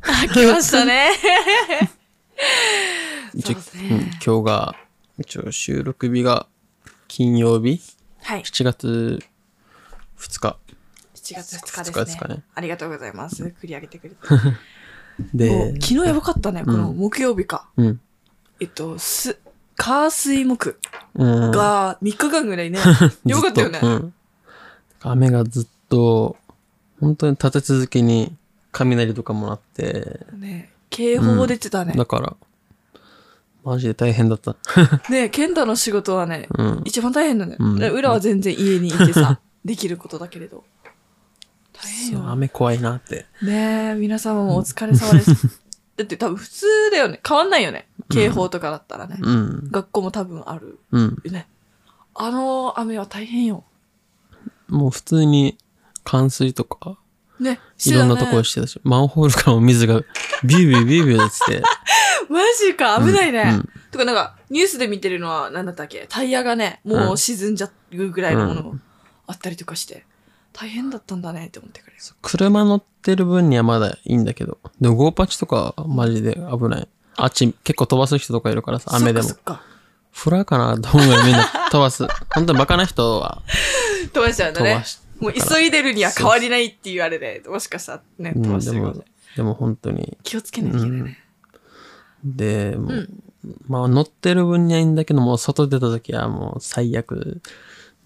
あ、来ましたね。 一応そうですうんね。今日が、一応収録日が金曜日、はい。 7月2日。 7月2日2日でですすね。かねありがとうございます。繰り上げてくれて。もうで昨、日やばかったね、この木曜日か。うん。えっと、す、火水木うん。が3日間ぐらいね。やばかったよね ず。とうん雨がずっと、本当に立て続けに雷とかもあって、ね警報出てたね。だから、マジで大変だった。ね健太の仕事はね、うん。一番大変だね。うんで裏は全然家にいてさ、できることだけれど。大変そよう。雨怖いなって。ねえ、皆様もお疲れ様です。 だって多分普通だよね。変わんないよね。警報とかだったらね。うん。学校も多分あるうん。よね。あの雨は大変よ。もう普通に冠水とか、ね。いろんなところししてたし、マンホールからも水がビュービュービュービューってて。てたねマジか、危ないね。うんとかなんか、ニュースで見てるのは何だったっけタイヤがね、もう沈んじゃうぐらいのものもあったりとかして。大変だったんだねって思ってくれる。車乗ってる分にはまだいいんだけど、でもゴーパチとかマジで危ない。あっち結構飛ばす人とかいるからさ、雨でもそっ。かフラかなと思うぐらいみんな飛 ばす。本当にバカな人はそっか。飛ばしちゃうんだ飛ねば。し、もう急いでるには変わりないって言われて、もしかしたらね、う飛ん、ばしでてるかももしれない、でも本当に。気をつけないといけないね。で、もう、うんまあ乗ってる分にはいいんだけど、もう外出た時はもう最悪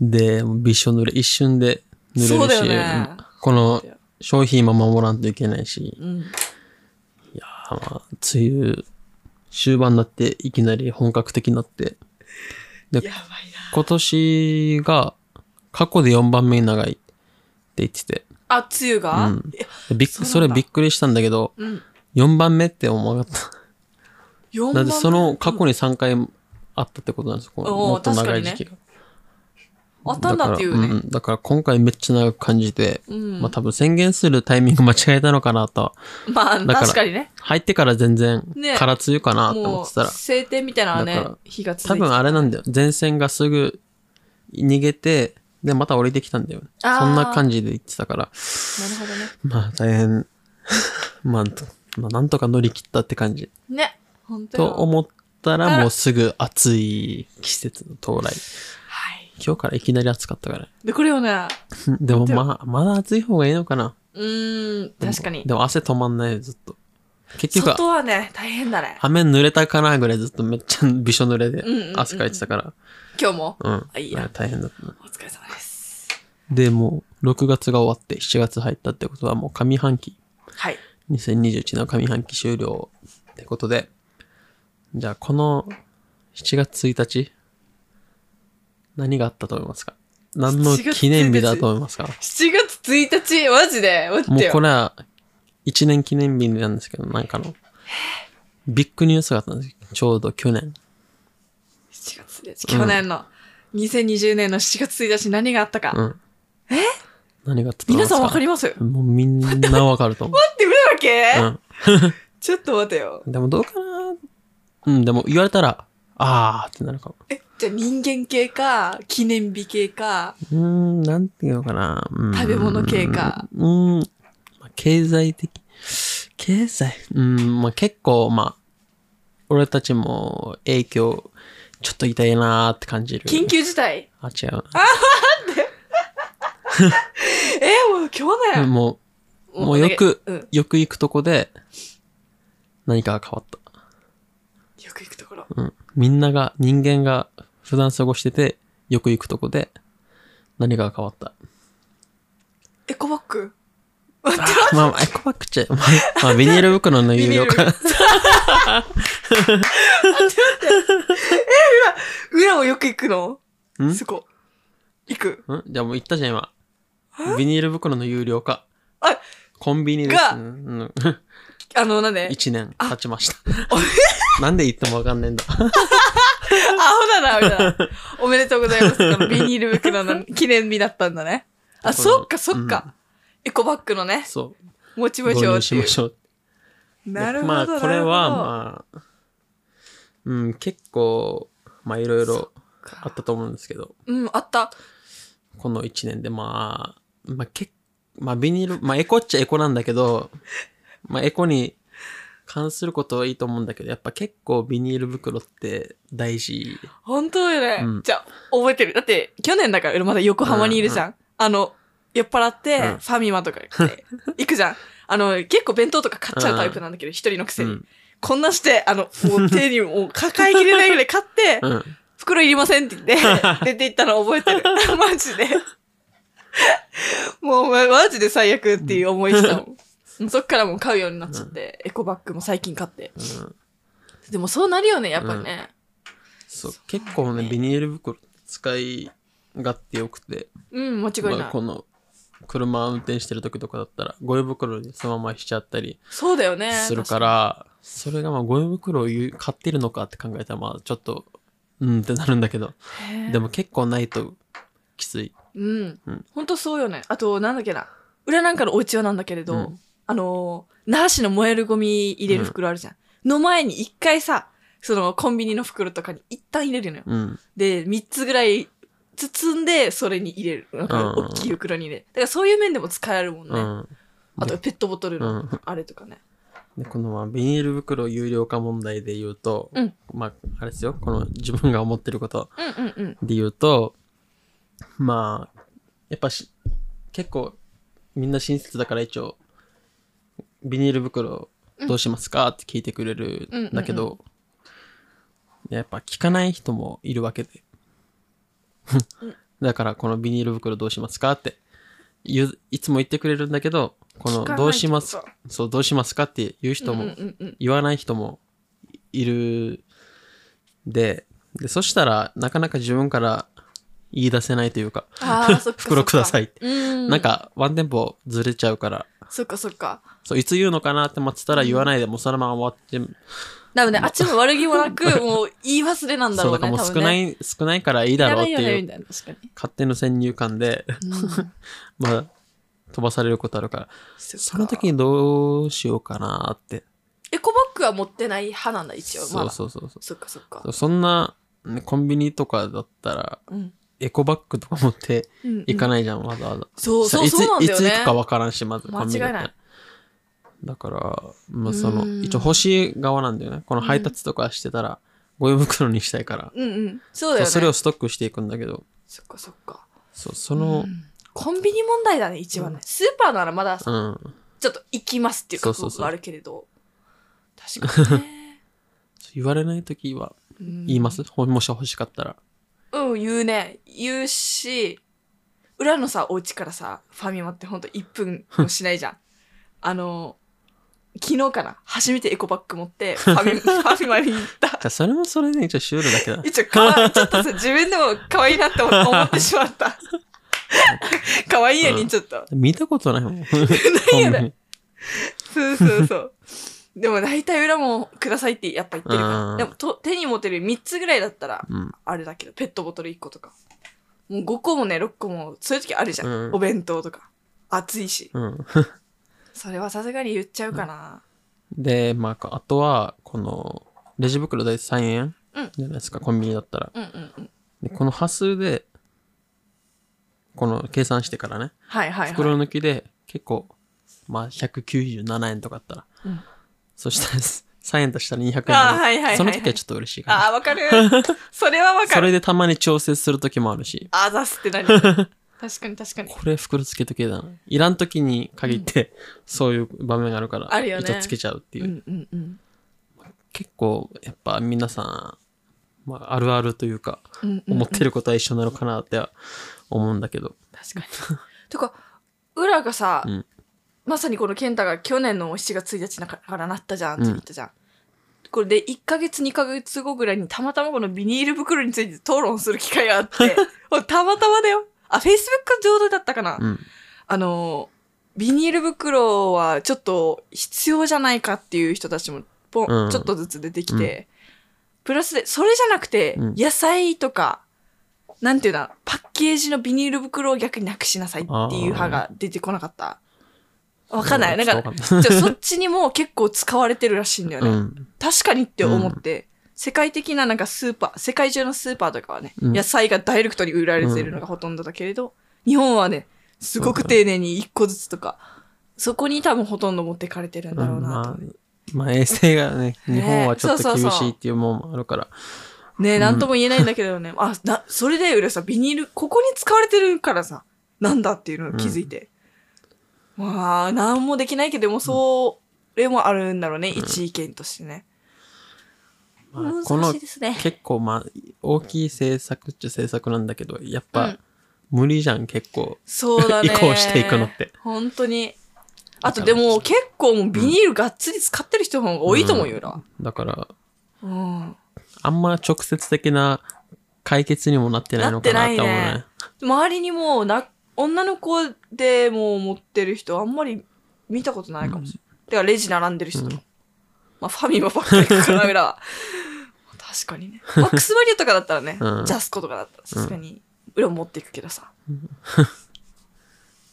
で、もうびっしょ濡れ、一瞬で濡それうだるし、よねうんこの商品も守らんといけないし、うん。いやーまあ、梅雨終盤になっていきなり本格的になって、やばいな。今年が過去で4番目に長いって言ってて、あ、梅雨が、うんいやでびっそうなんだそれびっくりしたんだけど、うん。 4番目って思わなかった。 4番目だってその過去に3回あったってことなんですよ、このおーもっと長い時期が。あったんだっていうだからね。んだから今回めっちゃ長く感じて、うんまあ多分宣言するタイミング間違えたのかなと。まあ、だから確かにね。入ってから全然ね、空梅雨かなと思もってたう、ら、晴天みたいなねだから、日が続多いて分あれなんだよ。前線がすぐ逃げて、で、また降りてきたんだよね。そあーんな感じで言ってたから、なるほどね。まあ大変、 まあ、まあなんとか乗り切ったって感じ。ね。本当とよ思ったあららもうすぐ暑い季節の到来。はい。今日からいきなり暑かったから。で、これをね、でもまあ、まだ暑い方がいいのかな。うーん、確かに。でも汗止まんないよ、ずっと。結局、外はね、大変だね。雨濡れたかなぐらいずっとめっちゃびしょ濡れでうんうんうん汗かいてたから。今日も。うん。あいいやまあ大変だったな。お疲れ様です。で、もう、6月が終わって7月入ったってことはもう上半期、はい。 2021の上半期終了ってことで、じゃあこの7月1日、何があったと思いますか何の記念日だと思いますか7月1日、マジで、待っもうてよ。これは1年記念日なんですけど、なんかの、ビッグニュースがあったんですよちょうど去年。 7月1日、去年の、2020年の7月1日何があったか。うん。え何があったと思皆いますさかんわかります待もうみんなわかると 思って、売るわけ、う。うん。ちょっと待てよ。でもどうかなうん、でも言われたら、あーってなるかも。え、じゃあ人間系か、記念日系か、うーん、なんていうのかな。うん食べ物系か。うーん、まあ、経済的。経済うん、まあ結構、まあ、俺たちも影響、ちょっと痛いなーって感じる。緊急事態。あ、違うえもう今日だな。よ。もう、もうよくうん、よ、よく行くとこで、何かが変わった。く行くところ。うん。みんなが、人間が普段過ごしてて、よく行くとこで、何かが変わ った。エコバッグまあまあ、エコバッグちゃ、まあ、まあ、ビニール袋の有 料化。裏をよく行くのんそこ。行く。うんじゃあもう言ったじゃん、今。ビニール袋の有料化。あコンビニです。がうん、あの、なんで1年経ちました。 なんで言ってもわかんねえんだ。アホだな、みたいな。おめでとうございます。このビニール袋の記念日だったんだね。あ、ところそっか、そっか。エコバッグのね、そう。持ちま導しょう入ってしいまう。しょう。なるほど。まあ、これはあ、まあ、うん、結構、まあ、いろいろあったと思うんですけど、うん、あった。この1年で、まあ、まあ、けまあ、ビニール、まあ、エコっちゃエコなんだけど、まあ、エコに関することはいいと思うんだけど、やっぱ結構ビニール袋って大事。本当よね。うんじゃあ、覚えてる。だって、去年だから、まだ横浜にいるじゃん。あの、酔っ払って、うんファミマとか行って、行くじゃん。あの、結構弁当とか買っちゃうタイプなんだけど、一人のくせに。うんこんなして、あの、もう手にもう抱えきれないぐらい買って、うん。袋いりませんって言って、出て行ったの覚えてる。マジで。もう、まマジで最悪っていう思いしたもん。そっからもう買うようになっちゃって、エコバッグも最近買って。うんでもそうなるよね、やっぱりね。そうそう結構ねねビニール袋使い勝手よくて、うん、間違いない。まあ、この車運転してる時とかだったらゴミ袋にそのまましちゃったりそうだよね。するから、それがまあゴミ袋を言う買ってるのかって考えたらまあちょっとうんってなるんだけど確かに。へーでも結構ないときつい、うんうん。ほんとそうよね。あと、なんだっけな。裏なんかのお家はなんだけれど、うんあのー、那覇市の燃えるゴミ入れる袋あるじゃん。の前に一回さ、そのコンビニの袋とかに一旦入れるのよ。うん、で、三つぐらい包んで、それに入れる。なんかうん大きい袋に入れる。だからそういう面でも使えるもんね。うんあと、ペットボトルうのん、あれとかね。でこのまあビニール袋有料化問題で言うと、うんまああれですよこの自分が思ってることうんうんうん。で言うとまあやっぱし結構みんな親切だから一応ビニール袋どうしますかって聞いてくれるんだけど、うんやっぱ聞かない人もいるわけでだからこのビニール袋どうしますかって言ういつも言ってくれるんだけどこ聞かないってことのどうしますそうどうしますかっていう人もうんうんうんうん。言わない人もいるででそしたらなかなか自分から言い出せないというかああ、そっか。 袋くださいっ。て、うん。なん、かワンテンポずれちゃうからそっかそっか。そういつ言うのかなって待ってたら言わないで、もうそのまま終わってなので、あっちも悪気もなく、 もう言い忘れなんだそろううね。だからもう多少分ねない、少ないからいいだろうって らないよねいみうたいな確かに。勝手の先入観で、まあ飛ばされることあるからそっかその時にどうしようかなってエコバッグは持ってない派なんだ、一応。まそうだ。そそうそうそっかそっかう。そんな、ね、コンビニとかだったらうん。エコバッグとか持ってうん行かない。ないじゃん、わざわざ。そうそういつそうなんだよねいつ行くか分からんし、まず間違いないコンビニだったらだから、まあ、そうの、ん一応欲しい側なんだよね。この配達とかしてたら、ゴミ袋にしたいから、うんうん。そうだよそうね。それをストックしていくんだけど、そっかそっか。そうそう、のんコンビニ問題だね、一番ね。スーパーならまださうん、ちょっと行きますっていう覚そうそ悟うそうがあるけれど。確かに ね。言われないときはうん言います、ほもし欲しかったら。うん、言うね。言うし、裏のさ、お家からさ、ファミマってほんと1分もしないじゃん。あの、昨日かな初めてエコバッグ持ってファ ミファミマに行った。じゃあそれもそれで一応シュールだけど一応かわ、ちょっとさ、自分でも可愛いなって思思ってしまった。可愛いよにちょっと。 見たことないもん。いよねコンビニそうそうそう。でも大体裏もくださいってやっぱ言ってるかうんら。でもと手に持てる3つぐらいだったら、 うん。あれだけど、ペットボトル1個とか。もう5個もね、6個も、そういう時あるじゃん。うんお弁当とか。暑いし。うん。それはさすがに言っちゃうかな。で、まあ、あとは、この、レジ袋大体3円うんじゃないですか、コンビニだったら。うんうんうん。で、この端数で、この計算してからね、はいはいはい。袋抜きで結構、まあ、197円とかあったら、うんそしたら3円と したら200円あーはいはいはいはいその時はちょっと嬉しいかな。ああ、わか る。それはわかそる。れでたまに調整する時もあるし、あざすって なるよね。確かに確かに。これ袋つけとけだな。いらん時に限って、そういう場面があるから、あるよね一応つけちゃうっていうう。んうんうん。結構、やっぱ皆さん、まあ、あるあるというか、うんうんうん思ってることは一緒なのかなっては思うんだけど。確か に。とか、裏がさ、うんまさにこの健太が去年の7月1日だからなったじゃんって言ったじゃん。これで1ヶ月2ヶ月後ぐらいにたまたまこのビニール袋について討論する機会があって、 もうたまたまだよ。あ、Facebook 上でだったかな、うん。あの、ビニール袋はちょっと必要じゃないかっていう人たちもポン、うんちょっとずつ出てきて、プラスで、それじゃなくてうん、野菜とか、なんていうんだ、パッケージのビニール袋を逆になくしなさいっていう派が出てこなかった。わかんない。うなんかちょっとわかんないじゃあそっちにも結構使われてるらしいんだよね。うん。確かにって思って、世界的ななんかスーパー、世界中のスーパーとかはね、うん野菜がダイレクトに売られてるのがほとんどだけれど、日本はね、すごく丁寧に一個ずつとか、そこに多分ほとんど持ってかれてるんだろうなとまあ思う、まあ衛生がね、 ね日本はちょっとそうそうそ厳うしいっていうもんもあるから。ねえ、なんとも言えないんだけどね。あ、な、それで、浦さん、ビニール、ここに使われてるからさ、なんだっていうのを気づいて。まあ、なんもできないけど、でもそれもあるんだろうね、一意見としてね。まあ難しいですね。結構まあ、大きい政策っちゃ政策なんだけど、やっうぱん無理じゃん、結構。そうだね。移行していくのって。本当に。あとだでからも、結構もうビニールがっつり使ってる人の方が多いと思うよ、浦だから、和うん。あんま直接的な解決にもなってないのかなって思うなってないねね。周りにもうな女の子でもう持ってる人あんまり見たことないかもしれない。てかレジ並んでる人とか。うんまあファミマばっかり行くから裏 は。確かにね。まあクスマリオとかだったらね、うんジャスコとかだったら確かに裏持っていくけどさ。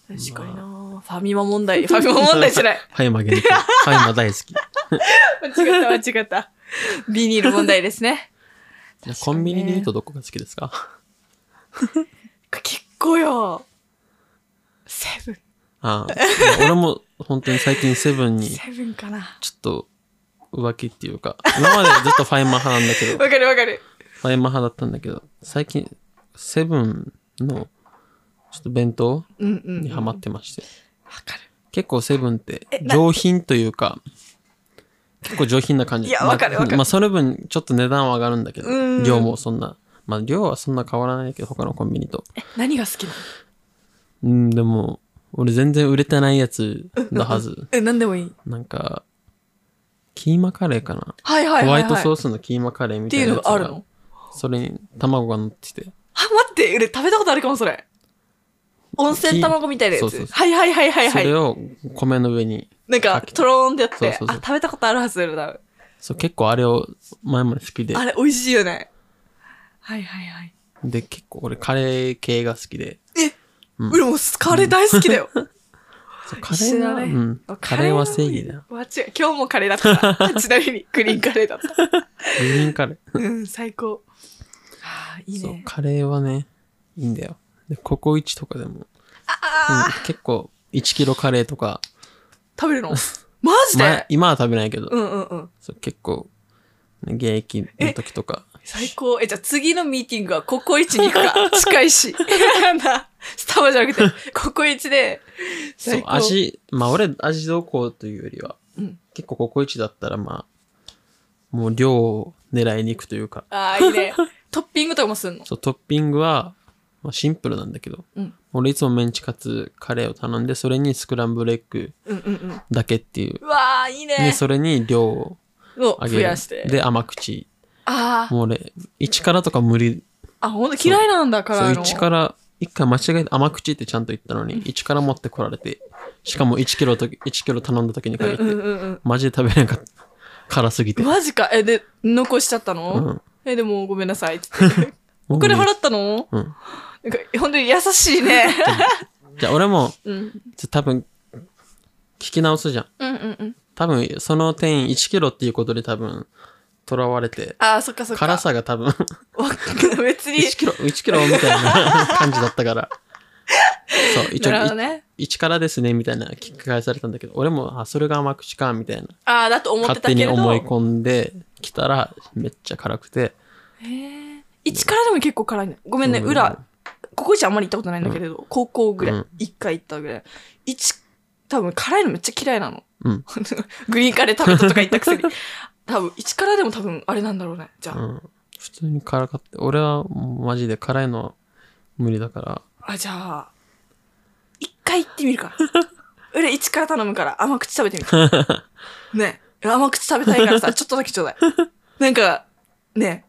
確かにな、ファミマ問題、ファミマ問題じゃない。ファイ マ限定。ファイマ大好き。間違った間違 った。ビニール問題ですね。コンビニで言うとどこが好きで すか結構よ。セブン。ああ俺も本当に最近セブンにちセブンかな。ょっと浮気っていうか、今までずっとファイマ派なんだけど、わかるわかる。ファイマ派だったんだけど、最近セブンのちょっと弁当うんうん、うん。にハマってまして、わかる。結構セブンってえな上品というか、結構上品な感じ。いやまあわかるわかるまあその分ちょっと値段は上がるんだけどう、ん量もそんな、まあ量はそんな変わらないけど、他のコンビニと。何が好きなのうん、でも、俺全然売れてないやつだはず。え、何でもいい。なんか、キーマカレーかな、はいはいホはワい、イトはい。ソーっスのキーマカレーみたていいなうやのつがあるがのそれに卵が乗っててあ、待って、俺食べたことあるかも、それ。温泉卵みたいなやつ。そうそうそうはいはいはいはいはそれい。を米の上になんか、かけトローンってやってそうそうそうあ、食べたことあるはずだよ、多分そう結構あれを前まで好きであれ、美味しいよね。はいはいはい。で結構俺カレー系が好きでうん俺もうカレー大好きだ よ。そうカレーは、一緒だねうん、カレーは正義だよ。間違い。今日もカレーだ った。ちなみに、グリーンカレーだった。グリーンカレーうん、最高。はあ、いいそうね。カレーはねいいんだよでココイチとかでも、うん、結構1キロカレーとか食べるのマジ前で今は食べないけど、うんうんうん。そう結構、ね、現役の時とか最高。え、じゃあ次のミーティングはココイチに行く か。近いし。なスタバじゃなくて、ココイチで。そう最、高。味、まあ俺、味どうこうというよりは、うん結構ココイチだったらまあ、もう量を狙いに行くというか、ああ、いい ね。トッピングとかもすんの。そう、トッピングは、まあシンプルなんだけど、うん俺いつもメンチカツカレーを頼んで、それにスクランブルエッグうんうんうん。だけっていう。うわあ、いいで、ね。それに量をを増上げるやし。て。で、甘口。ああ、もう俺、1からとか無理。あ、ほんと嫌いなんだかそう、らの。 1から、一回間違えて甘口ってちゃんと言ったのに、1から持ってこられて、しかも1キロと、1キロ頼んだ時に限ってうん、うんうんマジで食べれなかった。辛すぎうてん。。マジか。え、で、残しちゃったうのん。え、でもごめんなさい。 つってお金払ったのうん。なんか、ほんとに優しいね。じゃあ俺も、うん。ちょ多分、聞き直すじゃん。うんうんうん。多分、その点1キロっていうことで多分、囚われて、ああ、そっかそっか。辛さが多分、わ。別に。 1キロ、1キロみたいな感じだっ たから。そう、一なるほ応、どね。 1からですね、みたいな聞き返されたんだけど、俺も、あ、それが甘口か、みたいな。ああ、だと思って勝たけ手れにど。思い込んできたら、めっちゃ辛くて。へえ。一からでも結構辛いね。ごめんね、うん裏、ここじゃあんまり行ったことないんだけれど、高校ぐらういん、一、回行ったぐらい。一、多分辛いのめっちゃ嫌いなの。うん。 グリーンカレー食べたとか言ったくせに。多分、一からでも多分あれなんだろうね。じゃあ、うん。普通に辛かった。俺は、マジで辛いのは無理だから。あ、じゃあ、一回行ってみる から。俺一から頼むから甘口食べてみる。 ね。甘口食べたいからさ、ちょっとだけちょうだい。なんか、ね。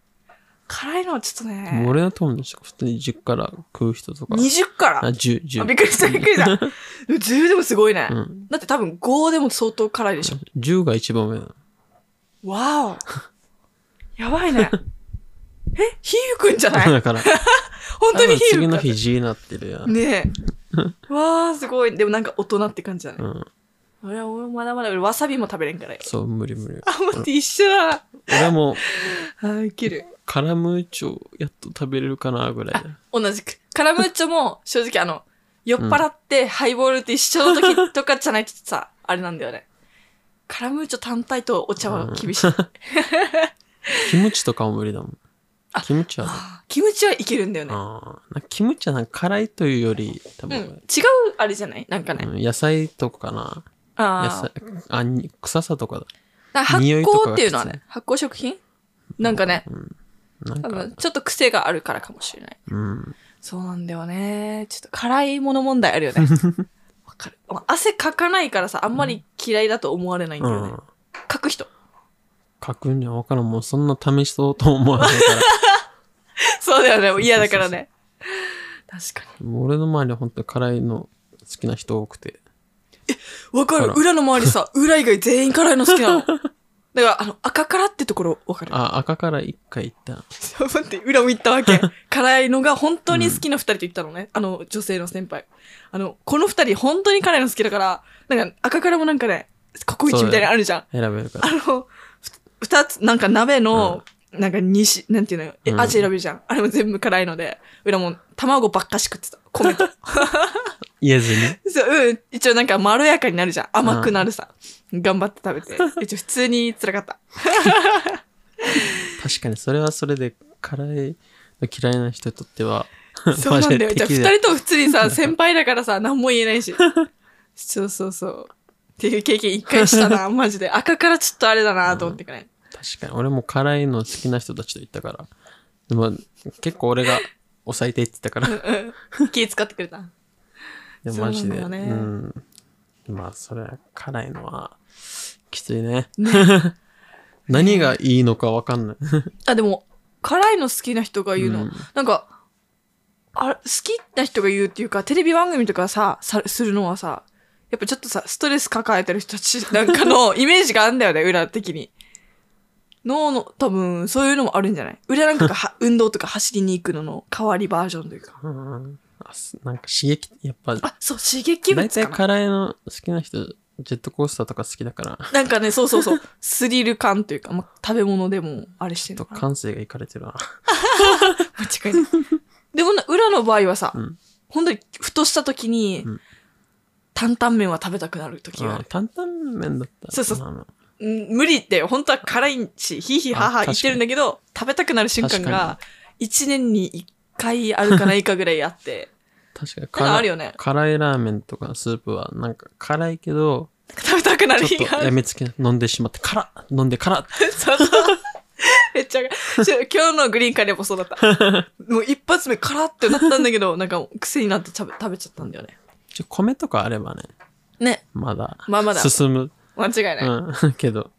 辛いのはちょっともうね。俺の友達普通に10から食う人とか。 20からあ、。10、10。あびっくりした、びっくりした。でも10でもすごいね。うんだって多分5でも相当辛いでしょ。 10が一番上なの。わお。やばいね。え、ひゆくんじゃない だから、本当に多分ひゆく次んの。日 G になってるやん。ねえ。わあ、すごい。でもなんか大人って感じだねう。ん。俺は俺まだまだ俺わさびも食べれんからよ。そう、無理無理。あ、待って、一緒だな。俺も、あー、いける。カラムーチョ、やっと食べれるかな、ぐらいだ。同じく。カラムーチョも正直あの、酔っ払ってハイボールと一緒の時とかじゃないとさ、あれなんだよね。カラムーチョ単体とお茶は厳しい。キムチとかも無理だもんあ。キムチは、あーキムチはいけるんだよね。あーなんかキムチはなんか辛いというより、多うん。違分う、あれじゃないなんかね。うん野菜とかかな。野あ菜あに臭さとかだ。あ。なんか発匂いとか酵がっていうのはきつね、発酵食品なんかね、なん多か分、ちょっと癖があるからかもしれない。うん。そうなんだよね。ちょっと辛いもの問題あるよ ね。わかる。汗かかないからさ、あんまり嫌いだと思われないんうだよね。ん。かく人。書くんじゃ分からん。もうそんな試しそうと思わないから。 そうだよね。もう嫌だからね。確かもう俺の周りは本当に辛いの好きな人多くて。に。わかある。ら裏の周り さ、裏以外全員辛いの好き なの。だから、あの、赤辛ってところわかる。あ、赤から一回行った。そう 待って、裏も行ったわ け。辛いのが本当に好きな二人と言ったのね。あの、女性の先輩。あの、この二人本当に辛いの好きだから、なんか赤辛もなんかね、ココイチみたいなのあるじゃん。選べるからあ。の、ふ二つ、なんか鍋の、なんか二種、なんていうのよ、えうん味選べるじゃん。あれも全部辛いので、裏も卵ばっかし食ってた。米 と。言えずに。そう、うん。一応なんかまろやかになるじゃん。甘くなるさ。頑張って食べ て。一応普通に辛かった。確かにそれはそれで辛いの嫌いな人にとってはそうなんだよ。マジじ ゃあ、で敵二人とも普通に さ、先輩だからさ、何も言えないし。そうそうそう。っていう経験一回した な、マジで。赤からちょっとあれだなと思ってくね。確かに俺も辛いの好きな人たちと行ったからでも結構俺が抑えていってたからうん気使ってくれた。でもマジでそうなう,、んだよねんまあそれは辛いのはきついね 何がいいのか分かんないあ、でも、辛いの好きな人が言うの、うんなんか、あ好きな人が言うっていうか、テレビ番組とかさ、さするのはさ、やっぱちょっとさ、ストレス抱えてる人たち なんかのイメージがあんだよね、裏的に。脳の、多分、そういうのもあるんじゃない裏なんかが は運動とか走りに行くのの代わりバージョンというか。うんあすなんか刺激やっぱあ、そう、刺激大物体かな。辛いの好きな人ジェットコースターとか好きだからなんかね、そうそうそう、スリル感というか、まあ、食べ物でもあれしてるちのょっかな。と感性がいかれてるな間違いない。でもな、裏の場合はさ、うん本当にふとした時に、うん担々麺は食べたくなる時があある。担々麺だったらそうそうまあまあうん無理って、本当は辛いし、ひいひいはあは確か言にってるんだけど、食べたくなる瞬間確が、1年に1回あるかないかぐらいあ って、確かになんかあるよね。辛いラーメンとかスープはなんか辛いけどなんか食べたくなるち日ょっがあとやる。めつけ飲んでしまって辛っ飲んで辛っ そうそうめっちゃ、ちょ今日のグリーンカレーもそうだった。 もう一発目辛ってなったんだけど、なんか癖になって食べ食べちゃったんだよね。ちょ米とかあればねね、まだまあまだ進む、間違いない。うん けど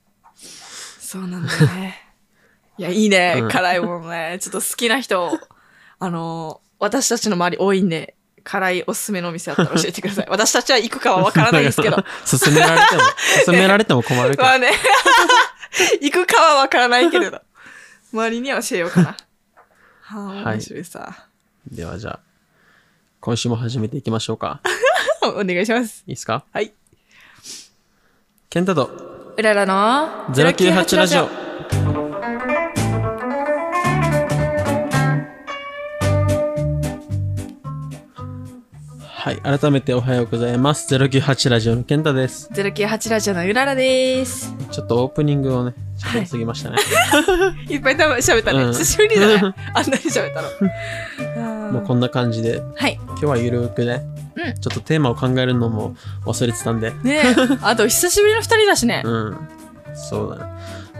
そうなんだよね。 いや、いいね、うん辛いものね。ちょっと好きな人、あのー私たちの周り多いんで、辛いおすすめのお店あったら教えてくだ さい。私たちは行くかはわからないですけど。進めら れても進められても困るかまらあね、 行くかはわからないけれど、周りには教えようかな。はあ、はい面白いさ。ではじゃあ今週も始めていきましょうかお願いします。いいですかはい。健太とうららの098ラジオ。はい改めておはようございます098ラジオの健太です098ラジオのうららです。ちょっとオープニングをね、喋りすぎ ましたね。いっぱい多分喋ったね。うん久しぶりだ ね。あんなに喋ったの。あーもうこんな感じで、はい。今日はゆるくね、うんちょっとテーマを考えるのも忘れてたんで、ね え。あと、久しぶりの二人だしね。うん、そうだ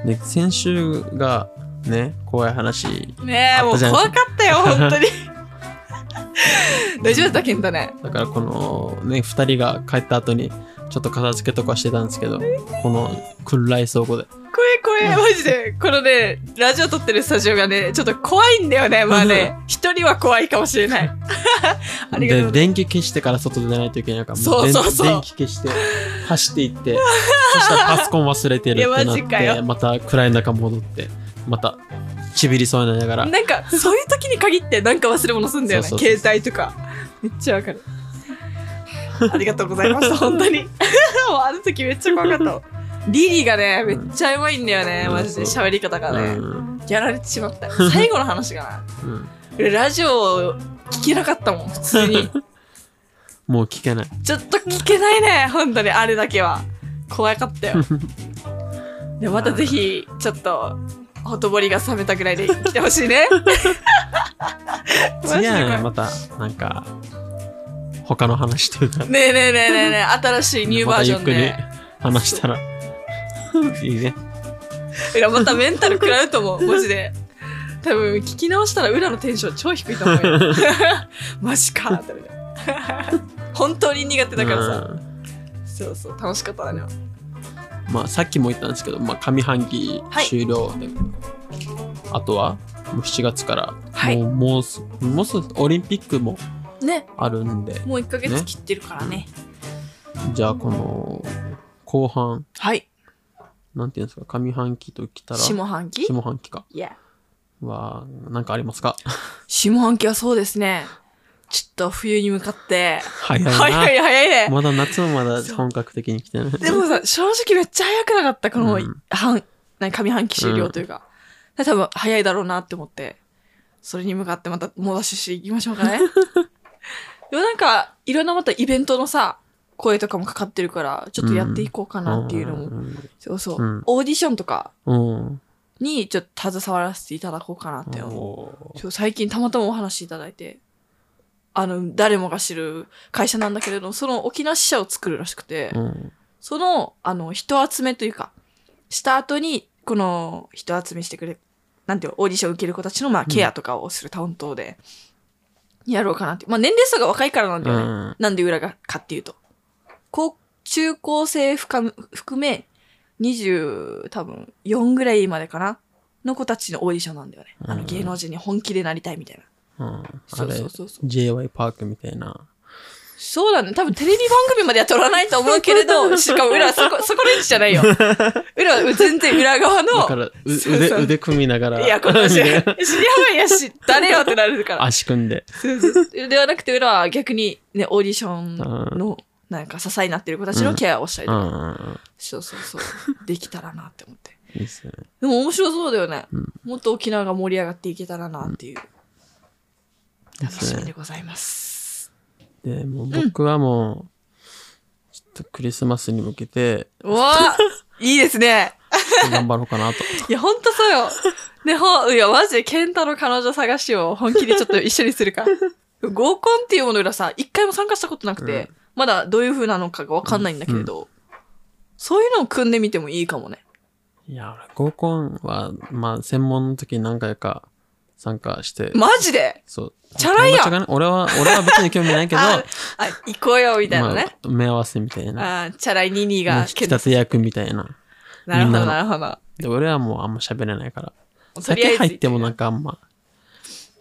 ね。で、先週がね、怖い話、ねえ、あっもたうじゃん怖かったよ、本 当に。大丈夫だった、ケンタね。だからこのね、2人が帰った後に、ちょっと片付けとかしてたんですけど、この暗い倉庫で。声声、マジで。このね、ラジオ撮ってるスタジオがね、ちょっと怖いんだよね、まあね。一人は怖いかもしれ ない。ありがとうで、電気消してから外出ないといけないから、もそう電そうそう電気消して、走って いって、そしたらパソコン忘れてるっていやマジかなって、よまた暗い中戻って、また、ちびりそうになりながら、なんか、そういう時に限って、なんか忘れ物すんだよね。そうそうそう携帯とか。めっちゃわか る。ありがとうございました、本当に。 もうあの時めっちゃ怖かった わ。リリーがね、めっちゃうまいんだよね、うんマジで。喋り方がね。うんやられてしまった。最後の話かな。うん俺ラジオ聞けなかったもん、普 通に。もう聞けない。ちょっと聞けないね、本当に、あれだけは。怖かったよ でまたぜひちょっとほとぼりが冷めたぐらいで来てほしい ねマジ次ではね、怖また、なんか、他の話というか、いねえねえねえねえねえ新しいニューバージョンまたゆっでくり話したら、いいね。いやまたメンタル食らうと思 うマジで多分聞き直したら裏のテンション超低いと思う よマジかってなる本当に苦手だからさ、うんそうそう楽しかったねまあ、さっきも言ったんですけど、まあ、上半期はい終了で、あとはもう7月から、はいもうもうすもうすぐオリンピックもねあるんでもう1ヶね月切ってるからねじゃあこの後半はいなんていうんですか上半期ときたら下半期下半期かいやはなんかありま すか下半期はそうですねちょっと冬に向かって早いな、早い早いねまだ夏もまだ本格的に来てないでもさ、正直めっちゃ早くなかった、このうん半、何上半期終了というか。で多分早いだろうなって思って、それに向かってまた猛ダッシュしていきましょうか ね。でもなんか、いろんなまたイベントのさ、声とかもかかってるから、ちょっとやっていこうかなっていうのも。そうそう、うんオーディションとかうんうんにちょっと携わらせていただこうかなって思う。おーそう最近たまたまお話しいただいて、あの、誰もが知る会社なんだけれども、その沖縄支社を作るらしくて、うんその、あの、人集めというか、した後に、この、人集めしてくれ、なんていうのオーディション受ける子たちの、まあ、ケアとかをする担当で、やろうかなって。まあ、年齢差が若いからなんだよね。うんなんで裏がかっていうと。高、中高生含む含め、20、多分、4ぐらいまでかなの子たちのオーディションなんだよね。あの、うん芸能人に本気でなりたいみたいな。うんあそうれそうそうそう。 J.Y. パークみたいなそうだね。多分テレビ番組までは撮らないと思うけれ ど、しかも裏はそこ、そこの位置じゃないよ。裏は全然裏側の。だからうそう腕そう腕組みながらいや、この知り合見い てやし、誰よってなるから。足組んでそうそうではなくて裏は逆にね、オーディションの、なんか支えになってる子たちのケアをしたりうとんか、うんうんそうそうそう。できたらなって思って。いいっすよねでも面白そうだよね。うんもっと沖縄が盛り上がっていけたらなっていう、で楽しすみでねございます。でもう僕はもうちょっとクリスマスに向けてうわあいいですね。頑張ろうかなと いや、ほんとそうよ。ね、ほん、いや、マジで、ケンタの彼女探しを本気でちょっと一緒にするか。合コンっていうものらさ、一回も参加したことなくて、うんまだどういう風なのかがわかんないんだけれど、そういうのを組んでみてもいいかもね。いや俺合コンはまあ専門の時に何回か参加してマジでそうチャラいやん友達がね俺は俺は別に興味ないけ どああ、行こうよ、みたいなね。まあ目合わせみたいなあチャラいニーニーもうが引、き立て役みたいななるほみど、んななるほど。で俺はもうあんま喋れないからとりあえ酒ず。入ってもなんかあんま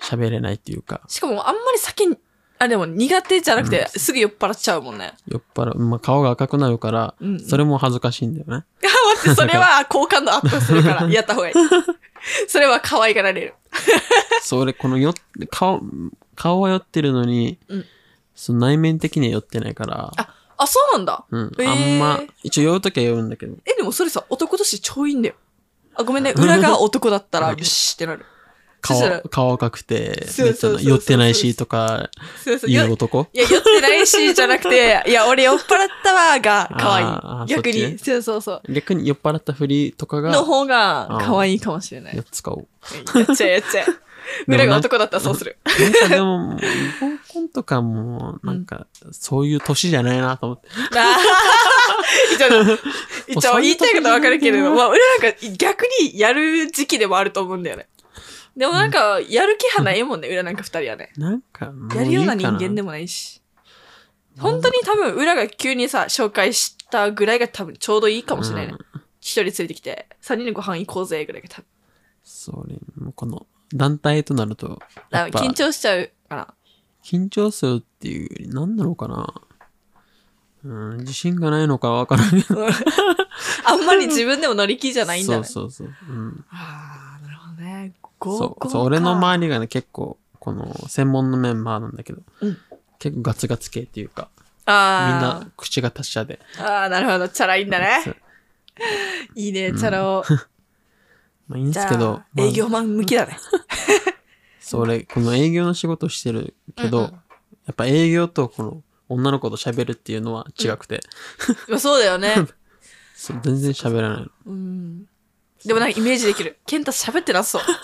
喋れないっていうかしかも、あんまり酒に、あ、でも苦手じゃなくて、すぐ酔っ払っちゃうもんね。 酔っ払う、まあ、顔が赤くなるから、うんうんそれも恥ずかしいんだよね。あ待って、それは好感度アップする から、やった方がい い。それは可愛がられる。それ、このよ、顔、顔は酔ってるのに、うんその内面的には酔ってないから、あ、あ、そうなんだ。うん、へーあんま、一応酔うときは酔うんだけど、え、でもそれさ、男として超いいんだよ。あ、ごめんね、裏が男だったら、うんよしってなる。顔そしたら、顔赤くて、そうそうそうそうめっちゃ酔ってないしとか、そうそう、言うよ男いや、酔ってないし、じゃなく て、いや、俺酔っ払ったわ、が、可あ愛ーい。逆そっちねに、そうそうそう。逆に酔っ払ったふりとかのが、方があー、可愛いかもしれない。ややっつかおう。っちゃえ、やっちゃえ。 でもな裏が男だったらそうする。なんかでも、もう合コンとかも、なんか、そういう年じゃないなと思って。あ ー一応、一応言いたいことはわかるけれど、まあ、俺なんか逆にやる時期でもあると思うんだよね。でもなんか、やる気はないもんね、裏なんか二人はね。なんか、もうやいるいようかなな人間でもないし。本当に多分、裏が急にさ、紹介したぐらいが多分ちょうどいいかもしれないねう。一、人連れてきて、三人でご飯行こうぜぐらいが多分。それ、もうこの、団体となると、やだっかぱら緊張しちゃうかな。緊張するっていうより、何なのかなうん、自信がないのかわからないけど。あんまり自分でも乗り気じゃないんだそね。うそうそう。うん。ああ、なるほどね。合そコう、ンそう、俺のか周りがね、結構、この、専門のメンバーなんだけど、うん結構ガツガツ系っていうか、みんあな口が達者で。ーあー、なるほど。チャラいんだねそ。ういいね、チャラを。まあい いんでじすけどゃ、あ、営業まあマン向きだね。それ、この営業の仕事してるけど、うんうんやっぱ営業とこの、女の子と喋るっていうのは違くて、 まあそうだよね。そう全然喋らない。うん。でもなんかイメージできる。健太喋ってなさ そう。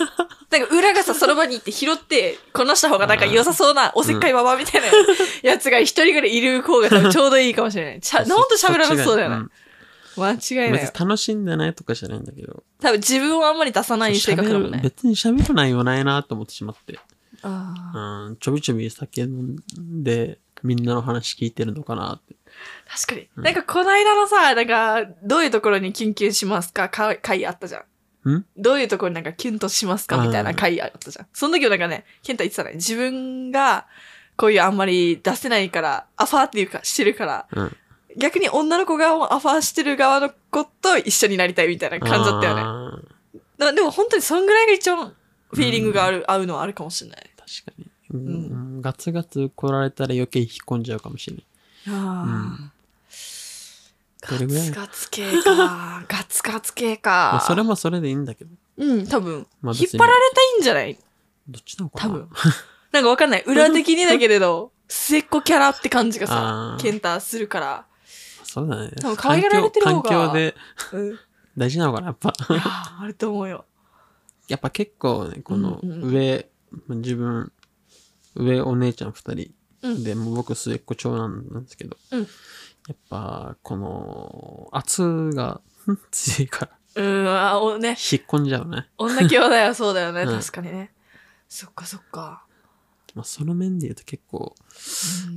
なんか裏がさ、その場に行って拾って、このした方がなんか良さそうなおせっかいママみたいなやつが一人ぐらいいる方が多分ちょうどいいかもしれない。ちゃ、ほんと喋らなさそうだよね。ん間違いない別よに。楽しんでないとかじゃないんだけど。多分自分をあんまり出さない性格だもん喋るね。別に喋る内容ないなと思ってしまって。ああうん、ちょびちょび酒飲んで、みんなの話聞いてるのかなって。確かに。なんかこの間のさ、なんか、どういうところにキュンキュンしますかか回あったじゃん。んどういうところになんかキュンとしますかみたいな回あったじゃん。その時はなんかね、ケンタ言ってたね。自分が、こういうあんまり出せないから、アファーっていうか、してるから、うん。逆に女の子側をアファーしてる側の子と一緒になりたいみたいな感じだったよね。よね。なでも本当にそんぐらいが一番、フィーリングがある、合うのはあるかもしれない。確かに。うん、ガツガツ来られたら余計引っ込んじゃうかもしれない。ああ、どれぐらいガツガツ系 か。ガツガツ系か。まあ、それもそれでいいんだけど。うん、多分。まあ引っ別に張られたいんじゃないどっちなのか多な分。なんかわかん ない。裏的にだけれど、末っ子キャラって感じがあさ、ーケンタするから。そうだね。多分可愛がられてる方が環境環境で うん。い大事なのかな、やっぱ。やーあると思うよ。やっぱ結構ね、このうんうん上、自分、上お姉ちゃん二人。うんで、もう僕末っ子長男なんですけど。うんやっぱ、この、圧が 強いかうら、ーん、あ、おね、引っ込んじゃうね。女兄弟はそうだよね。うん確かにね。そっかそっか。まあ、その面で言うと結構、ううん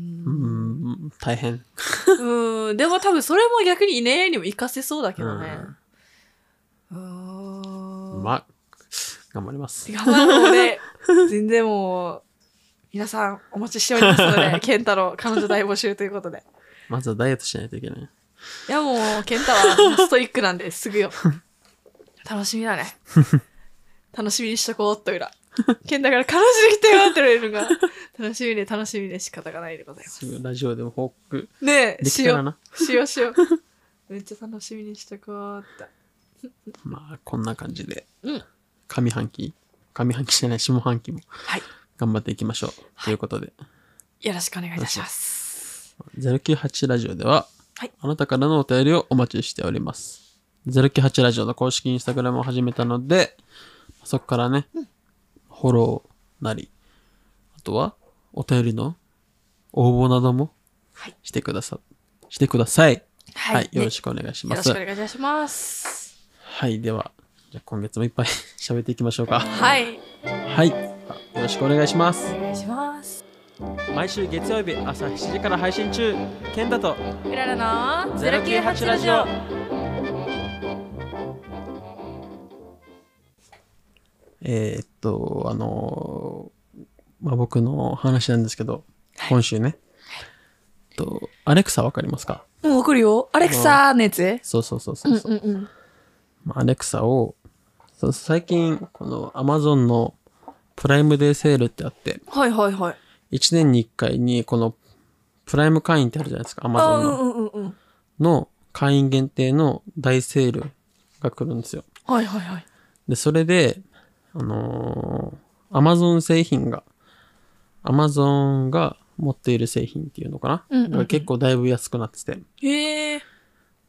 ん、大変。うーん、でも多分それも逆に恋愛にも活かせそうだけどね。うーうんん。まあ、頑張ります。頑張るの で、全然もう、皆さんお待ちしておりますの で、ケンタの彼女大募集ということで。まずはダイエットしないといけない。いやもう、ケンタはストイックなんで、すぐ よ。楽しみだね。楽しみにしとこうっと裏。ケンタから彼女できたよって言われるのが、楽しみで楽しみで仕方がないでございます。すぐラジオでも報告ねえ、できしたよらう。な。しようしよう。めっちゃ楽しみにしとこうっと。まあ、こんな感じで、うん上半期、上半期じゃない、下半期もはい。頑張っていきましょう。ということで、よろしくお願いいたします。 098ラジオでは、はいあなたからのお便りをお待ちしております。098ラジオの公式インスタグラムを始めたので、そこからね、フォローなり、あとは、お便りの応募などもはいしてくださ、してください。ははい、よろねしくお願いしよまろす。しくお願いいたします。はい、では、じゃあ今月もいっ ぱい喋っていきましょうか。はい。はい、よろしくお願いします。お願いします。毎週月曜日朝7時から配信中健太とうららの098ラジオえーっとあのーまあ僕の話なんですけど、今週ね、えっとアレクサわかりますかうん、わかるよ。アレクサーのやつそうそうそうそううんそううんうん。まあアレクサをそう最近このアマゾンのプライムデーセールってあってはいはいはい。 1年に1回にこのプライム会員ってあるじゃないですかアマあ、ゾうんンのうんうんうん。の会員限定の大セールが来るんですよ。はいはいはい。で、それで、あのー、Amazon 製品が、Amazon が持っている製品っていうのかな、うんうんうんが結構だいぶ安くなってて。へえ、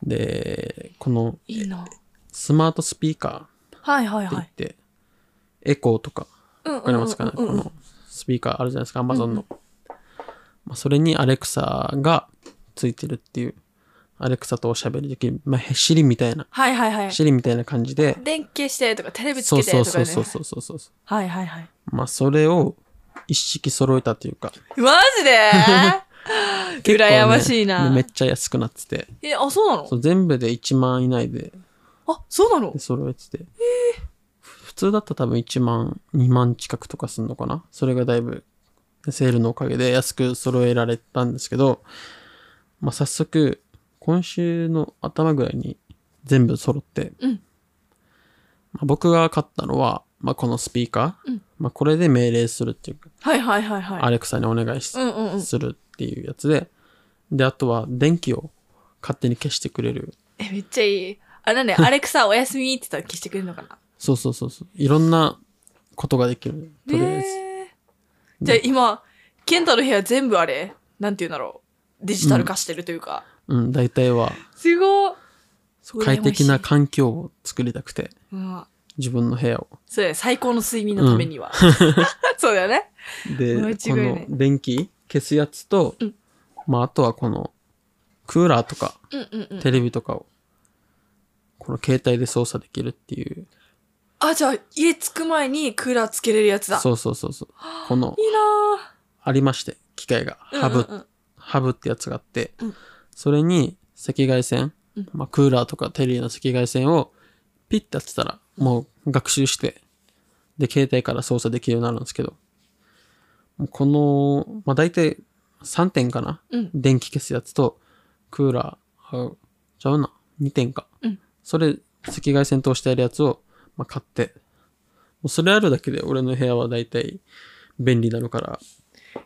で、このいいな。スマートスピーカはいはいーっては言っい。て、エコーとか、うんうんうんうん。わかりますかね、うんうんこのスピーカーあるじゃないですか、Amazon の。まあ、それに Alexa がついてるっていう、Alexa とおしゃべりできる、まあ、シリみたいな、はいはいはい。シリみたいな感じで、電気消してとか、テレビつそうけてそとうかそね。うそうそうそうそう。はいはいはい。まあ、それを一式揃えたというか。マジで結構ね 羨ましいなめっちゃ安くなってて。え、あ、そうなのそう全部で1万以内であ、そうなの揃えてて。普通だったら多分1万、2万近くとかすんのかなそれがだいぶセールのおかげで安く揃えられたんですけど、まあ、早速、今週の頭ぐらいに全部揃って、うんまあ、僕が買ったのは、まあ、このスピーカー、うんまあ、これで命令するっていうか、はいはいはいはアい。レクサにお願いしうんうんうん。するっていうやつで、で、あとは電気を勝手に消してくれる。え、めっちゃいい。あ、なん で、アレクサおやすみって言ったら消してくれるのかなそうそうそうそう。いろんなことができる。とりあえず。えーじゃあ今、ケンタの部屋全部あれなんて言うんだろう。デジタル化してるというか。うん、大体は。すごい。そこで快適な美味しい環境を作りたくて、うん自分の部屋を。そうだよね最高の睡眠のためには。 そうだよね。で、間違こいないの電気消すやつと、うんまあ、あとはこの、クーラーとか、うんうんうん。テレビとかを、この携帯で操作できるっていう。あ、じゃあ、家着く前にクーラーつけれるやつだ。そうそうそうそう。この、いいなありまして、機械が。ぁハブ、うんうんうんハブってやつがあって、うんそれに赤外線、うんまあ、クーラーとかテレビの赤外線をピッてやってたら、もう学習して、で、携帯から操作できるようになるんですけど、もうこの、まあ、大体3点かな、うん電気消すやつと、クーラー、あちゃうな、2点か。うんそれ、赤外線通してやるやつを、まあ、買って、もうそれあるだけで俺の部屋は大体便利になるから、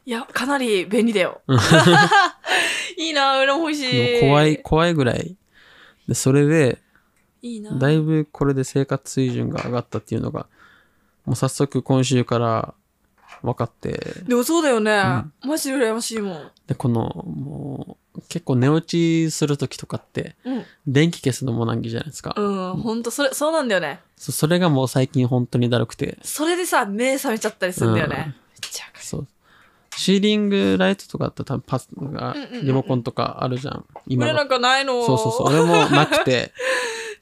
いや、かなり便利だよ。 いいなぁ、俺も欲しでい。も怖い、。怖いぐらい。で、それで、いいなぁだいぶこれで生活水準が上がったっていうのが、もう早速今週から分かって、でもそうだよね。マジで羨ましいもん。で、この、もう、結構寝落ちするときとかって、うん。電気消すのも難儀じゃないですか。うん、ほんと、それ、そうなんだよね。そそれがもう最近本当にだるくて、それでさ、目覚めちゃったりするんだよね。うめんっちゃわかそう。シーリングライトとかあったら多分パスがうんうんうんうんリモコンとかあるじゃん。る。今俺のなんかないのそうそうそう。俺もな くて、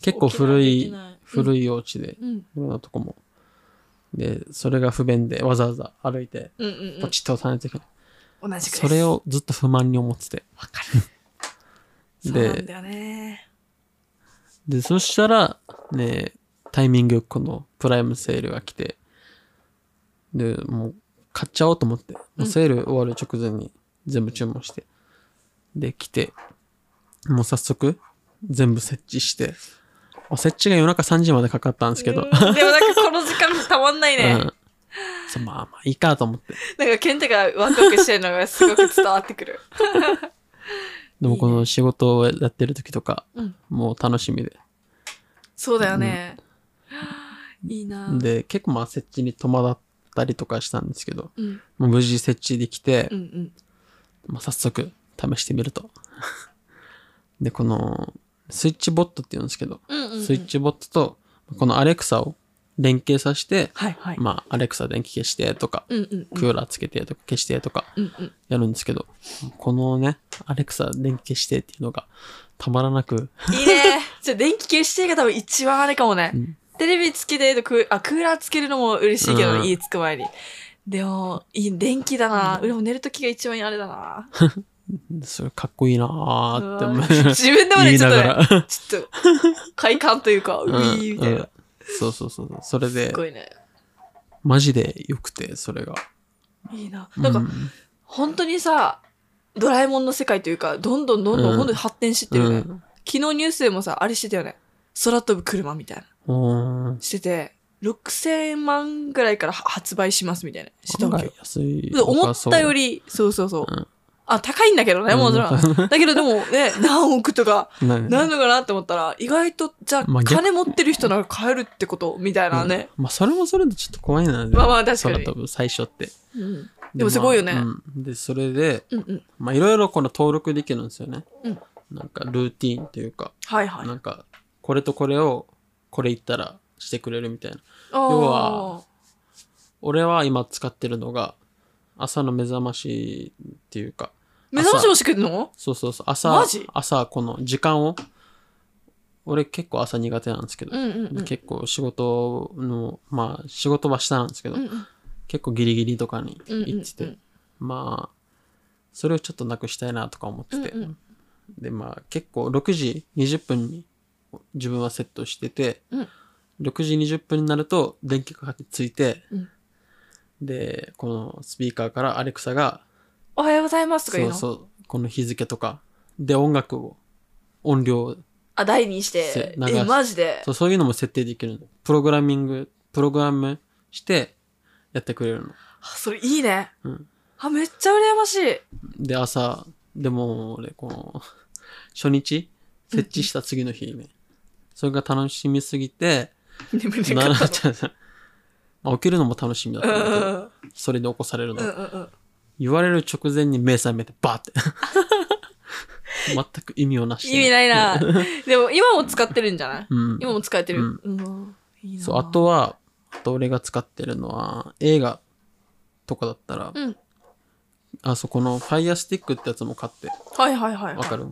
結構古起きいない起きない、古いお家で、うん。いろんなとこも。で、それが不便で、わざわざ歩いて、うんうんポチッと押さないといけない。うん。同じくですそれ。をずっと不満に思ってて。わかる。そうなんで、だよね。で、そしたら、ね、タイミングよくこのプライムセールが来て、で、もう買っちゃおうと思って、もうセール終わる直前に全部注文して、で、来て、もう早速、全部設置して、あ設置が夜中3時までかかったんですけど、うんでもなんかこの時間たまんないね。うんそうまあまあいいかと思って。なんかケンタがワクワクしてるのがすごく伝わってくる。でもこの仕事をやってる時とか、うんもう楽しみで。そうだよね。いいなぁ。で、結構まあ設置に戸惑ったりとかしたんですけど、うん、もう無事設置できて、うん、うん。まあ早速試してみると。 で、このスイッチボットって言うんですけど、うん、うん。スイッ。チボットとこのアレクサを連携させて、はい、はい。まあアレクサ電気消してとか、うん、うん、うんクーラーつけてとか消してとかうん、うん。やるんですけど、このね、アレクサ電気消してっていうのがたまらなく、いいね。じゃあ電気消してが多分一番あれかもね。うんテレビつけてとクー、あ、クーラーつけるのも嬉しいけど、うん家つく前に。でも、いい、電気だな。俺も寝るときが一番あれだな。それかっこいいなーってう思わう。自分でも言ね、いちょっなとがね、ら。ちょっと、 快感というか、う うんいみたいな。うんそうそうそうそう。それすでっ、ごいね。マジで良くて、それが。いいな。なんか、うん本当にさ、ドラえもんの世界というか、どんどんどんどうんん本当に発展してってるよね。う昨日ニュースでもさ、あれしてたよね。空飛ぶ車みたいな。おーしてて、6000万ぐらいから発売しますみたいな。してた案わけよ外。安い。で思ったより、り、そうそうそう。うんあ、高いんだけどね、もち ろん。だけどでもね、何億とか、 なんなるのかなって思ったら、意外と、じゃあ、まあ逆金持ってる人なら買えるってことみたいなね。まあ、それもそれでちょっと怖いな。まあまあ確かに空飛ぶ最初って。うん。うんでもすごいよねまあうんで、それで、うんうん。まあ、いろいろこの登録できるんですよね。うんなんか、ルーティーンというか、はいはい。なんか、これとこれを、これ言ったらしてくれるみたいな。あー要は、俺は今使ってるのが、朝の目覚ましっていうか、目覚ましをしてくれるのそうそうそう。朝マジ、朝、この時間を、俺結構朝苦手なんですけどう、んうんうん。結構仕事の、まあ仕事は下なんですけど、うんうん結構ギリギリとかにうんうんうん行ってて、まあ、それをちょっとなくしたいなとか思ってて、うんうんで、まあ結構6時20分に自分はセットしてて、うん6時20分になると電気がついて、うんで、このスピーカーからアレクサが、おはようございますとか言うのそうそうこの日付とかで音楽を音量をあ、台にしせて。流すえ、マジで。そうそういうのも設定できるのプログラミングプログラムしてやってくれるのあそれいいね。うんあ、めっちゃ羨ましい。で朝でも俺この初日設置した次の日ね、それが楽しみすぎて眠れなななかっちゃんまあ起きるのも楽しみだったた。うんんうだけどんそれで起こされるの、うんうんうん。 言われる直前に目覚めてバーって全く意味をなして意味ないな。でも今も使ってるんじゃないうん。今も使えてる。うん。いいなそう、あとは、あと俺が使ってるのは、映画とかだったら、うんあそこの Fire Stick ってやつも買って、はいはいはいはい。わかる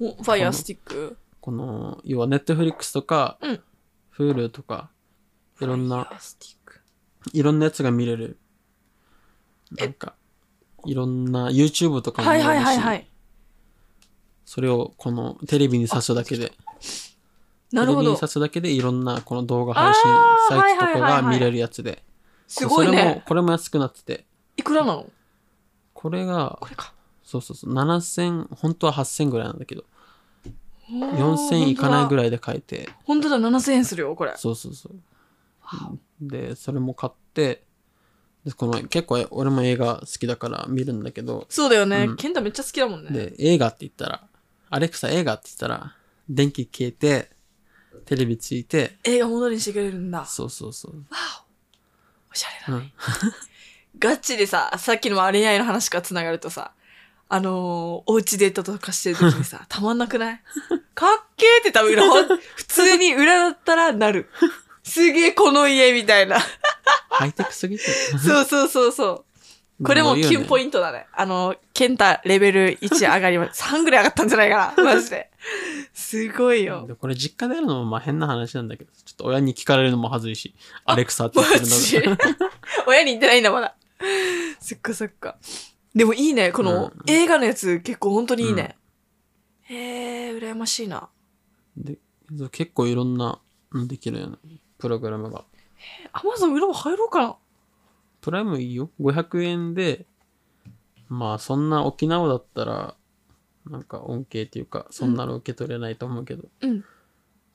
おファイヤースティック。この、要は Netflix とか、うん Hulu とか、いろんファイな、ヤースティック。いろんなやつが見れる。えなんか、いろんな YouTube とかも見はれいるし、はいはいはい。それをこのテレビに挿すだけで、テなレるビほにど挿。すだけでいろんなこの動画配信あーサイトとかはいはいはがいはい見れるやつで、すごいそれもね。これも安くなってて、いくらなのこれがこれか。そうそうそう7000本当は8000ぐらいなんだけど4000 4000いかないぐらい。らいで買えて本当だ、7000円するよ、これ。そうそうそうでそれも買ってでこの結構俺も映画好きだから見るんだけどそうだよねう。んケンタめっちゃ好きだもんね。で映画って言ったらアレクサ映画って言ったら電気消えてテレビついて映画戻りにしてくれるんだ。そうそうそうおしゃれだね。うんガチでさ、さっきの恋愛の話から繋がるとさ、あのー、おうちデートとかしてる時に さ、たまんなくないかっけーって多分裏、ほん 普通に裏だったらなる。すげえこの家みたい な。ハイテクすぎてそうそうそうそう。 これもキュンポインイントだね。あの、ケンタレベル1上がりま、3ぐらい上がったんじゃないかな。マジ で。すごいよ。でこれ実家でやるのもまあ変な話なんだけどちょっと親に聞かれるのも恥ずいしアレクサってマ言 ってるのジ 親に言ってないんだ、まだ。そっかそっか。でもいいね。このうん映画のやつ結構本当にいいね。へえ、羨ましいな。でそう結構いろんなうんできるよねプログラムがアマゾン裏も入ろうかな。プライムいいよ500円でまあそんな沖縄だったらなんか恩恵っていうかそんなの受け取れないと思うけど、うん。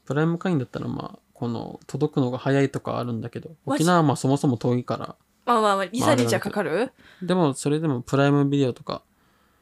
プライム会員だったらまあこの届くのが早いとかあるんだけどマジ沖縄はまあそもそも遠いからまあまあまあ、2、まああ3れだけど日はかかるでもそれでもプライムビデオとか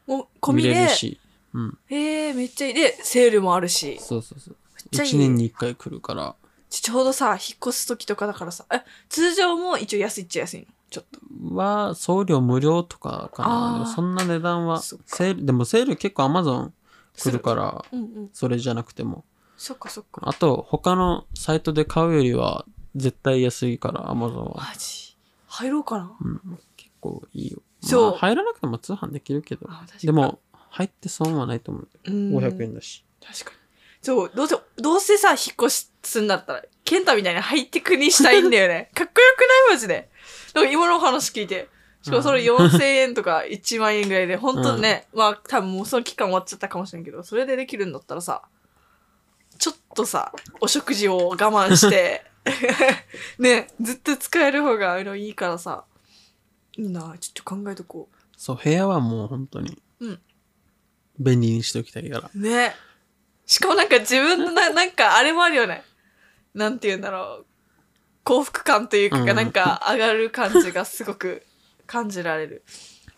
もう、込み見れでる。しうんへえ、めっちゃいい。で、セールもあるし。そうそうそうちゃいい1年に1回来るからちちょうどさ、引っ越す時とかだからさ、え、通常も一応安いっちゃ安いの。ちょっと。は送料無料とかかあーなでもそんな値段はそっかセールでもセール結構アマゾン来るからうんうん。それじゃなくてもそっかそっか。あと、他のサイトで買うよりは絶対安いから、Amazon は。マジ。入ろうかな。結構いいよ。そうまあ入らなくても通販できるけど。あ確かにでも、入って損はないと思う。うん500円だし。確かに。そう、どうせ、どうせさ、引っ越しすんだったら、ケンタみたいにハイテクにしたいんだよね。かっこよくないマジで。なんか今のお話聞いて。しかもそれ4000円とか1万円ぐらいで、本当ね、まあ多分もうその期間終わっちゃったかもしれんけど、それでできるんだったらさ、ちょっとさ、お食事を我慢して、ね、ずっと使える方があのいいからさ、いいな、ちょっと考えとこそう、部屋はもう本当に。うん便利にしておきたいから。う。ね。しかもなんか自分のな、なんかあれもあるよね。なんて言うんだろう。幸福感というか、うんなんか上がる感じがすごく感じられる。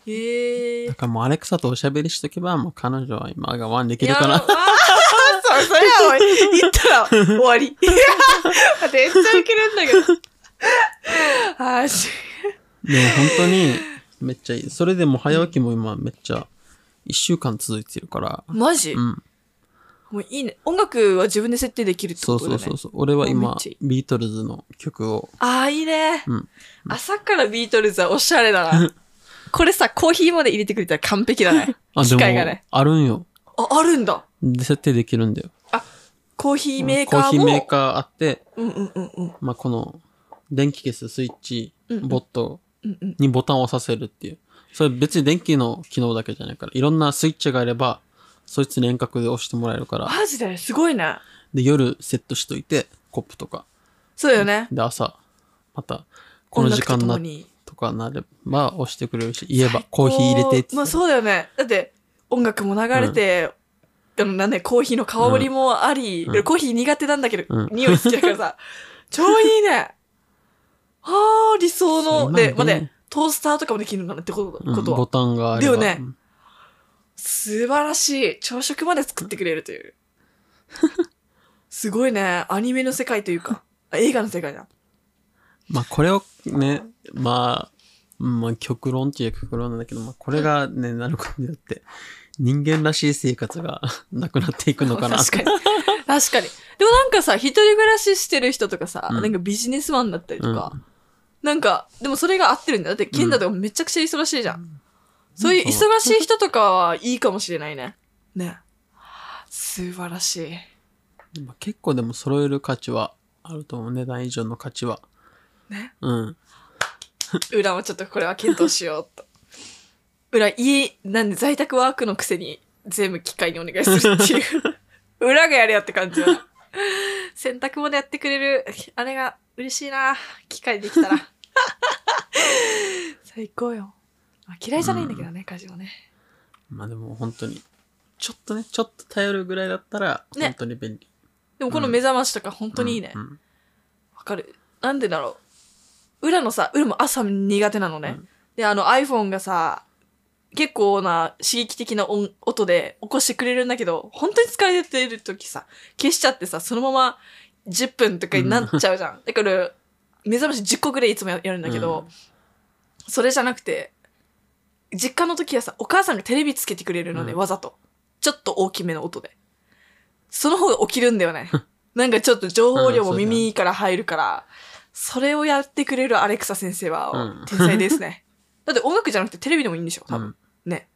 へえだ。からもうアレクサとおしゃべりしとけば、もう彼女は今我慢できいるやかもうあら。ーそうそれはもう言ったら終わり。いやめっちゃウケるんだけど。あーし。でも本当に、めっちゃいい。それでもう早起きも今めっちゃ、1週間続いてるから。マジ、うん。もういいね。音楽は自分で設定できるってそこうとだそね。うそうそう。俺はめっ今ちゃいい、ビートルズの曲をああ、いいね、うん朝からビートルズはおしゃれだ 。な。これさ、コーヒーまで入れてくれたら完璧だねあ、で機も械がね。、あるんよ。あ、あるんだ。で、設定できるんだよ。コーヒーメーコカーも。ーヒーメーカーあって、うんうんうんうん。まあ、この、電気消すスイッチ、うんうんボットうんうん。にボタンを押させるっていう。それ別に電気の機能だけじゃないから、いろんなスイッチがあれば、そいつに遠隔で押してもらえるから、マジですごいね。で、夜セットしといて、コップとか。そうよね。で、朝、また、この時間音楽となとも、にとかなれば、押してくれるし、言えば、コーヒー入れてって。まあそうだよね。だって、音楽も流れて、あの、なんね、コーヒーの香りもあり、うんコーヒー苦手なんだけど、うん匂い好きだから さ、超いいね。ああ、理想そうなんの。だで、よねまあね、トースターとかもできるのかなってこと,、うんことはボ。タンがあれば。だよね素晴らしい。朝食まで作ってくれると いう。すごいね。アニメの世界というか、あ映画の世界だ。まあこれをね、まあ、うんまあ極論っていう極論なんだけど、まあこれがね、なることによって、人間らしい生活が なくなっていくのかな。 確かに。確かに。でもなんかさ、一人暮らししてる人とかさ、うんなんかビジネスマンだったりとか、うなんか、でもそれが合ってるんだよ。だって、ケンダとかめちゃくちゃ忙しいじゃん。そういう忙しい人とかはいいかもしれないね。ね。素晴らしい。まあ結構でも揃える価値はあると思う。値段以上の価値は。ね。うん。裏もちょっとこれは検討しようと。裏、家、なんで在宅ワークのくせに全部機械にお願いするっていう。 裏がやれやって感じだな。洗濯までやってくれる、あれが嬉しいな。機械できたら。 最高よ。まあ嫌いじゃないんだけどね、家事はね。まあでも本当に、ちょっとね、ちょっと頼るぐらいだったら、ね本当に便利。でもこの目覚ましとか本当にいいね。わ、うんうんかる。なんでだろう。裏のさ、裏も朝苦手なのね。うんで、あの iPhone がさ、結構な刺激的な音音で起こしてくれるんだけど、本当に疲れてる時さ、消しちゃってさ、そのまま10分とかになっちゃうじゃん。 だから、目覚まし10個ぐらいいつもややるんだけど、うそれじゃなくて、実家の時はさ、お母さんがテレビつけてくれるので、うんわざと。ちょっと大きめの音で。その方が起きるんだよね。なんかちょっと情報量も耳から入るから、それをやってくれるアレクサ先生うはん、天才です ね。だって音楽じゃなくてテレビでもいいんでしょ多分。うんね。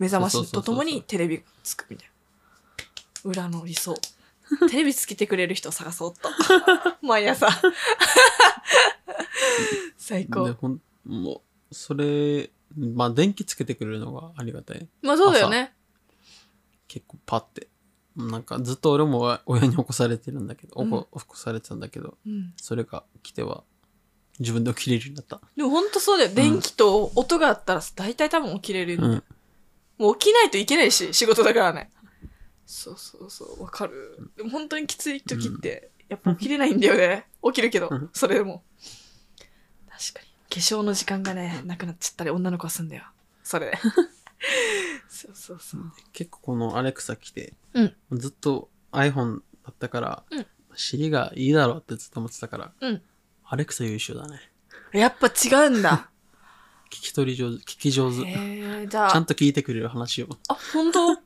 目覚まそうそしうそとうそとうもにテレビがつくみたいな。裏の理 想。テレビつけてくれる人を探そうっと。 毎朝。 最高。でほんもう、それ、まあ電気つけてくれるのがありがたい。まあそうだよね。結構パって。なんかずっと俺も親に起こされてるんだけど、うん起こ起こされてたんだけど、うん、それが来ては自分で起きれるようになった。でもほんとそうだよ。電気と音があったらさ大体多分起きれるんだようん。もう起きないといけないし、仕事だからね。そうそうそう、わかる。でも本当にきつい時って、やっぱ起きれないんだよ ね。起きるけどうん、それでも。確かに。化粧の時間がね、なくなっちゃったり、女の子はすんだよ。それで。 そうそうそう。結構このアレクサ来て、うんずっと iPhone だったから、うんシリがいいだろうってずっと思ってたから、うんアレクサ優秀だね。やっぱ違うんだ。聞き取り上手、聞き上手。ちへえ、じゃゃんあ、と聞いてくれる話を。あ、本当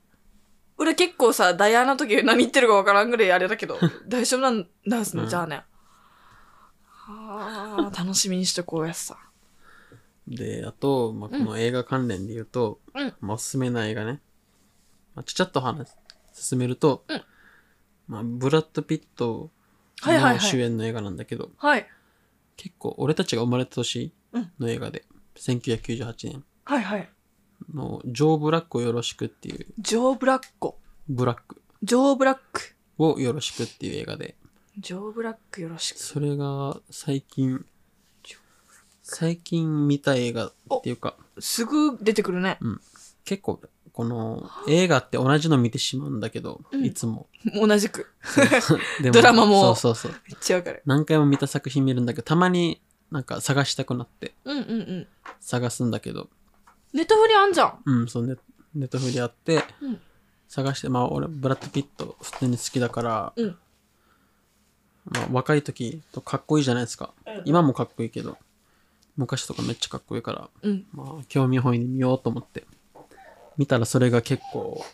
俺結構さ、ダイヤの時何言ってるかわからんぐらいあれだけど、大丈夫なんなんすね、うんじゃあね。ああ、楽しみにしとこうやつさ。で、あと、まあ、この映画関連で言うと、うんまあ、おすすめな映画ね。まあ、ちゃちゃっと話、進めると、うんまあ、ブラッド・ピットはいはいはのい主演の映画なんだけど、はい。結構、俺たちが生まれた年の映画で、1998年はいはい。の、ジョー・ブラックをよろしくっていう、ジョー・ブラッコ。ブラックジョー・ブラック。をよろしくっていう映画で、ジョー・ブラックよろしく。それが最近、最近見た映画っていうか、すぐ出てくるね。結構、この映画って同じの見てしまうんだけど、うんいつも。同じ く。でドラマもそうそうそう。めっちゃわかる。何回も見た作品見るんだけど、たまになんか探したくなってうんうんうん。探すんだけど、ネットフリあんじゃん。うん、そうネネットフリあって、うん探して、まあ俺、ブラッド・ピット普通に好きだから、うんまあ、若い時とかっこいいじゃないですか。今もかっこいいけど、昔とかめっちゃかっこいいから、うん。まあ、興味本位で見ようと思って。見たらそれが結構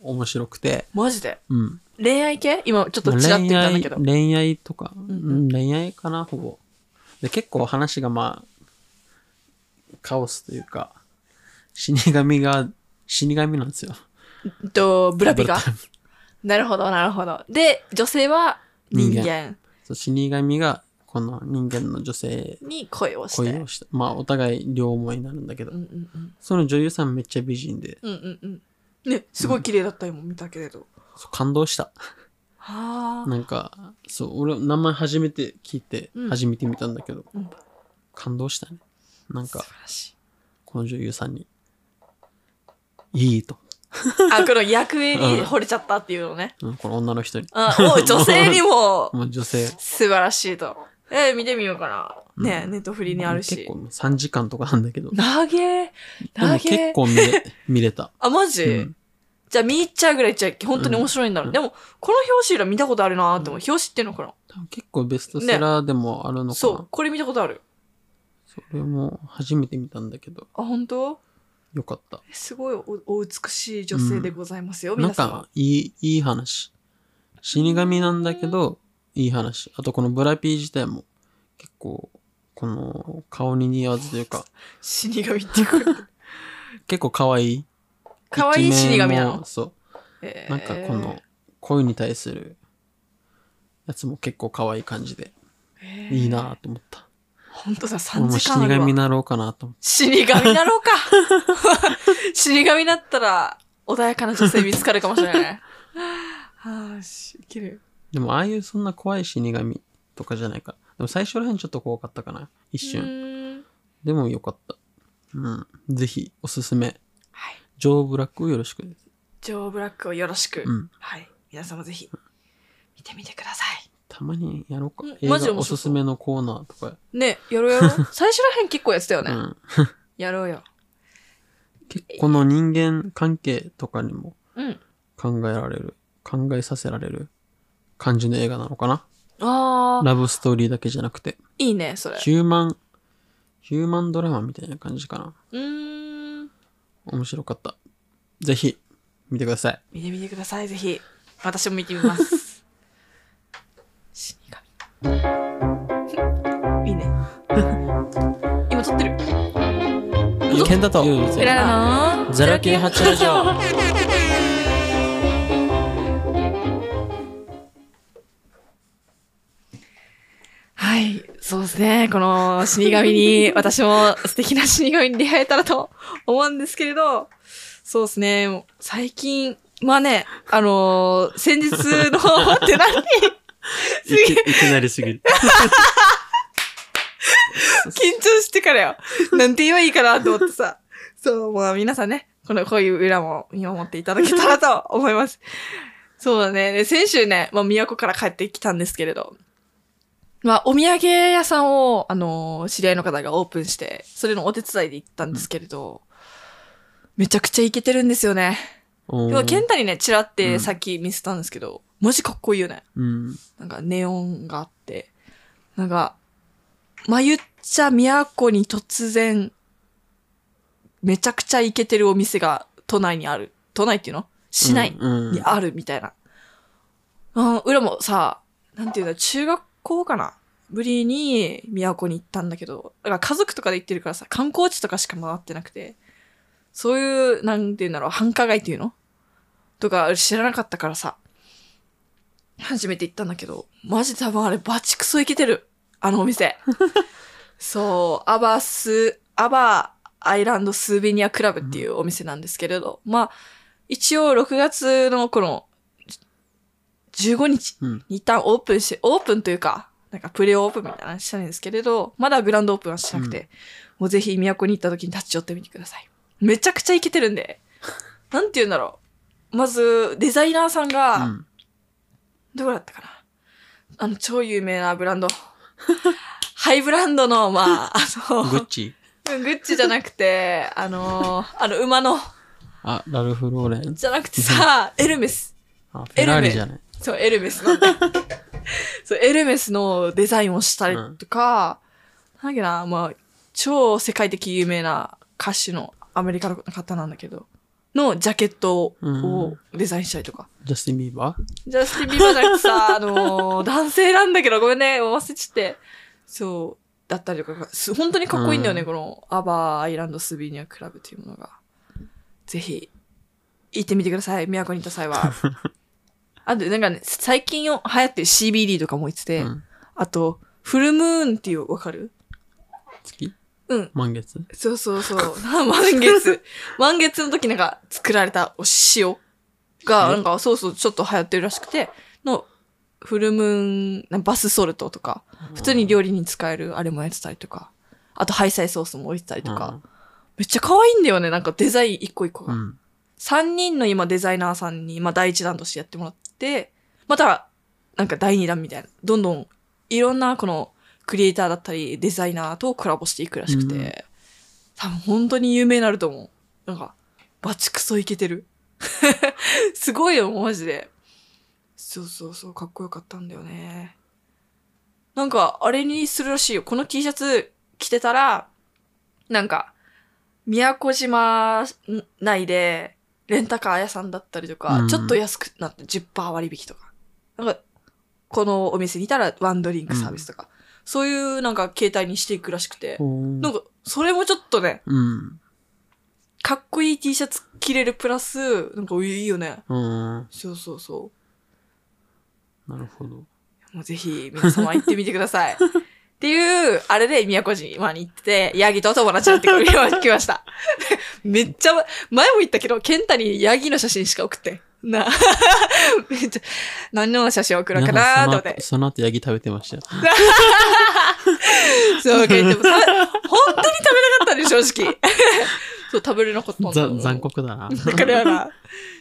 面白くて、マジで。うん。恋愛系今ちょっとまあちらっと恋言ったんだ愛けど。恋愛とか、んうんうん恋愛かな、ほぼ。で、結構話がまあ、カオスというか、死神が、死神なんですよ。えっと、ブラピがブラ。なるほど、なるほど。で、女性は人人間そう死神が、この人間の女性、に恋をして。恋をした。まあ、お互い両思いになるんだけどうん、うんうん。その女優さんめっちゃ美人で、うんうんうん。ね、すごい綺麗だった今見たけれど。そう感動した。はあ。なんか、そう、俺、名前初めて聞いてうん、初めて見たんだけど、うん感動したね。なん素か、晴らしい。この女優さんに、いいと、あ、この役にうん惚れちゃったっていうのね。うんこの女の人に。あ、お 女性にも。もう女性。素晴らしいと。えー見てみようかな。ね、うんネットフリにあるし結。構3時間とかなんだ けど。で投げも投結げ構見れ見れた。あ、マジ、うんじゃあ見入っちゃうぐらいじゃ本当に面白いんだろう。うんでも、この表紙裏見たことあるなーって思う。表紙っていうのかな、多分結構ベストセラーでもあるのかな。そう、これ見たことある。それも初めて見たんだけど、あ、本当よかった。すごいおお美しい女性でございますよ、な皆んさんか、いい、いい話。死神なんだけど、いい話。あと、このブラピー自体も、結構、この、顔に似合わずというか、死神っていう か結構可愛い。可愛い死神な一面のもそう。えーなんかこの恋に対するやつも結構可愛い感じでえーいいなと思った。本当だ3俺も時死間ある神わになろうかなと思っ死神なろうか 死神だったら穏やかな女性見つかるかもしれない。はあ、し、いける。た。でもああいうそんな怖い死神とかじゃないか。でも最初らへんちょっと怖かったかな。一う瞬。ーんでもよかった。うん。ぜひおすすめ。はい。ジョーブラックをよろしく。ジョー・ブラックをよろしく。うんはい。皆さんもぜひ、見てみてくださたまにやろうかうん。映マジ面白画そうおすすめのコーナーとか。い。ね、やろう やろう。最初らへん結構やってたようね。ん。やろうよ。結構この人間関係とかにもうん。考えられる。考えさせられる感じの映画なのかな。ああ、ラブストーリーだけじゃなくて。いいね、それ。ヒューマン、ヒューマンドラマみたいな感じかな。うーん。面白かった。ぜひ、見てください。見てみてください、ぜひ。私も見てみます。 死 神。いいね。 今撮ってる。ケンタと、ペララのゼロ九 八ラジオ。はい、そうですね。この死神 に、私も素敵な死神に出会えたらと思うんですけれど、そうですね。もう最近、まあね、あの ー先日の、待って何いきなりすぎる。緊張してから よ。なんて言えばいいかなと思ってさ。そう、まあ皆さんね、このこういう裏も見守っていただけたらと思います。そうだね。で、先週ね、まあ都から帰ってきたんですけれど。まあお土産屋さんを、あのー知り合いの方がオープンして、それのお手伝いで行ったんですけれど、めちゃくちゃイケてるんですよね。お今、ケーンタにね、チラっうてんさっき見せたんですけど、マジかっこいいよね。うん。なんかネオンがあって、なんか、まゆっちゃ都に突然、めちゃくちゃイケてるお店が都内にある。都内っていうの市内うんうんにあるみたいな。うん、裏もさ、なんていうんだ、中学校かなぶりに都に行ったんだけど、だから家族とかで行ってるからさ、観光地とかしか回ってなくて、そういう、なんていうんだろう、繁華街っていうのとか知らなかったからさ、初めて行ったんだけど、マジ多分あれバチクソイケてる。あのお店。そう、アバス、アバアイランドスーベニアクラブっていうお店なんですけれど、まあ、一応6月のこの、15日うん。に一旦オープンして、オープンというか、なんかプレオープンみたいなのしたんですけれど、まだグランドオープンはしてなくて、もうぜひ都に行った時に立ち寄ってみてください。めちゃくちゃイケてるんで、なんて言うんだろう。まず、デザイナーさんうが、ん。どこだったかなあの、超有名なブランド。ハイブランドの、まあ、あの、グッチ。うんグッチじゃなくて、あの、あの、馬の、あ、ラルフ・ローレン。じゃなくてさ、エルメス。あ、フェラエールメリじゃない。そう、エルメスの、そう、エルメスのデザインをしたりとか、なんだっけな、まあ、超世界的有名な歌手のアメリカの方なんだけど、のジャケットをデザインしたりとか。ジャスティン・ビーバージャスティン・ビーバーじゃなくて さ、あのー男性なんだけど、ごめんね、忘れちゃって。そう、だったりとか、す本当にかっこいいんだよね、うんこの、アバーアイランドスビーニアクラブというものが。ぜひ、行ってみてください、都に行った際 は。あと、なんかね、最近よ流行ってる CBD とかも言ってて、うん。あと、フルムーンっていう、わかる月うん。満月そうそうそう。な 満月。満月の時なんか作られたお塩が、塩なんかそうそうちょっと流行ってるらしくて、の、フルムーン、なんかバスソルトとか、普通に料理に使えるあれもやってたりとか、あとハイサイソースも置いてたりとか、めっちゃ可愛いんだよね、なんかデザイン一個一個うが。ん。 3人の今デザイナーさんに、まあ、第1弾としてやってもらって、また、なんか第2弾みたいな、どんどんいろんなこのクリエイターだったりデザイナーとコラボしていくらしくて、うん多分本当に有名になると思う。なんか、バチクソイケてる。 すごいよ、マジで。そうそうそう、かっこよかったんだよね。なんか、あれにするらしいよ。この T シャツ着てたら、なんか、宮古島内で、レンタカー屋さんだったりとか、うんちょっと安くなって10%割引とか。なんか、このお店にいたらワンドリンクサービスとか、そういうなんか携帯にしていくらしくて、うんなんか、それもちょっとね、うん。かっこいい T シャツ着れるプラス、なんかいいよね。うん。そうそうそなるほど。う。もうぜひ、皆様行ってみてください。っていう、あれで宮古島に行ってて、ヤギと友達になってくるように来ました。 めっちゃ、前も言ったけど、ケンタにヤギの写真しか送ってん。な、 めっちゃ、何の写真送ろうかなと思皆っさんその後て。その後、ヤギ食べてましたよ。そう、ケンタも食べ、本当に食べなかったね、正直。 そう、食べれなかったんだざ残酷だな。 だからやな。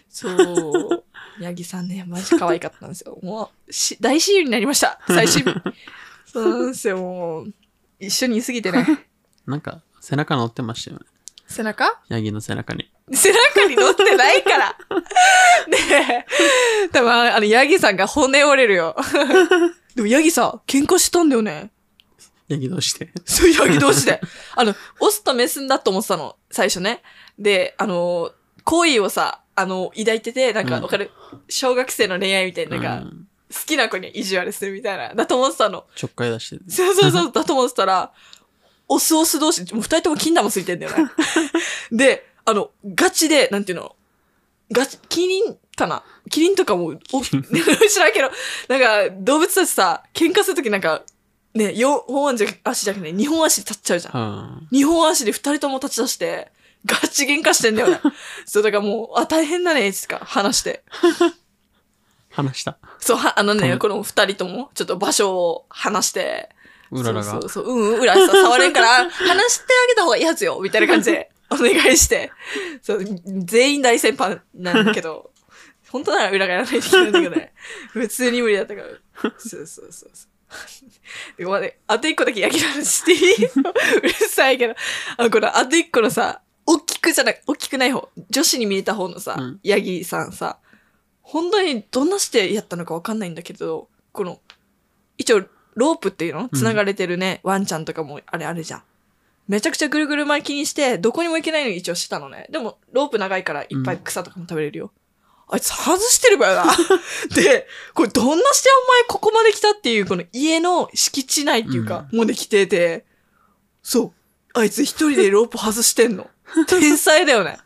そう。ヤギさんね、マジ可愛かったんですよ。もう、し大親友になりました。最 終日。そうなんですよ、もう。一緒にいすぎてね。 なんか、背中乗ってましたよね。背中ヤギの背中に。背中に乗ってない から。ねえ。多分あの、ヤギさんが骨折れる よ。でもヤギさ、喧嘩したんだよね。ヤギ同士で。そう、ヤギ同士で。あの、オスとメスだと思ってたの、最初ね。で、あの、好意をさ、あの、抱いてて、なんか、うんわかる、小学生の恋愛みたいな、なんうか、ん好きな子に意地悪するみたいな、だと思ってたの。 ちょっかい出してる。そうそうそう、だと思ってたら、オスオス同士、もう二人とも金玉ついてんだよね。で、あの、ガチで、なんていうの、ガチ、キリンかなキリンとかも、お知らんけど、なんか、動物たちさ、喧嘩するときなんか、ね、四本足じゃなくて、二本足で立っちゃうじゃんう。ん。二本足で二人とも立ち出して、ガチ喧嘩してんだよね。そう、だからもう、あ、大変だね、つか、話して。話した。そう、はあの止めね、この二人とも、ちょっと場所を話して、うららが。そうそうそう、うんうん、うららさ、触れん から、話してあげた方がいいやつよ、みたいな感じで、お願いして。そう、全員大先輩なんだけど、本当なら裏がやらないといけないんだけどね。普通に無理だったから。そうそうそうそう。でごめんね、あと一個だけ焼きの話していい うるさいけど。あの、この、あと一個のさ、大きくじゃない、大きくない方、女子に見えた方のさ、うんヤギさんさ、本当にどんなしてやったのかわかんないんだけど、この、一応、ロープっていうの繋がれてるね、ワンちゃんとかもあれあるじゃん。めちゃくちゃぐるぐる巻きにして、どこにも行けないのに一応してたのね。でも、ロープ長いからいっぱい草とかも食べれるよ。あいつ外してるばよな。で、これどんなしてお前ここまで来たっていう、この家の敷地内っていうか、もうできてて、そう。あいつ一人でロープ外して んの。天才だよね。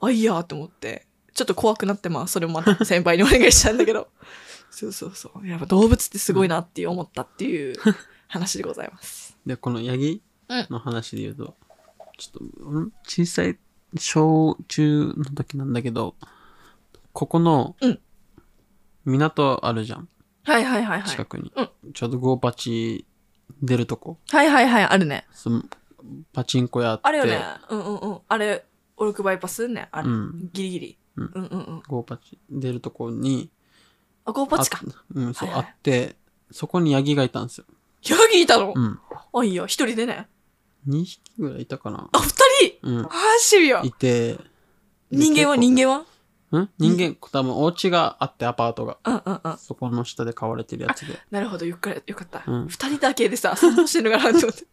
あ、いいやと思って。ちょっと怖くなってまあ、それもまた先輩にお願いしたんだけど。そうそうそう。やっぱ動物ってすごいなって思ったって いう話でございます。で、このヤギの話で言うと、ちょっと、うん小さい、小中の時なんだけど、ここのうん、港あるじゃん、はいはいはいはい近。くに。うちょうどゴーパチ出るとこ。はいはいはい、あるね。そのパチンコ屋あって、あれよね。うんうんうん。あれ、オルクバイパスね。あれ、うんギリギリ。うんうんうんうん。ゴーパチ出るとこに、あ、ゴーパチか。あうん、そう、はいはいあって、そこにヤギがいたんですよ。ヤギいたの、うん。あ、いいよ。一人でね。 2匹ぐらいいたかな。あ、二人うんあ。ー、シビアい。て、で人間は人間は結構ん人間、多分お家があって、アパートが。うんうんうん。そこの下で飼われてるやつで。なるほど、ゆっくり、よかった。二、うん人だけでさ、散歩してるのかなと 思って。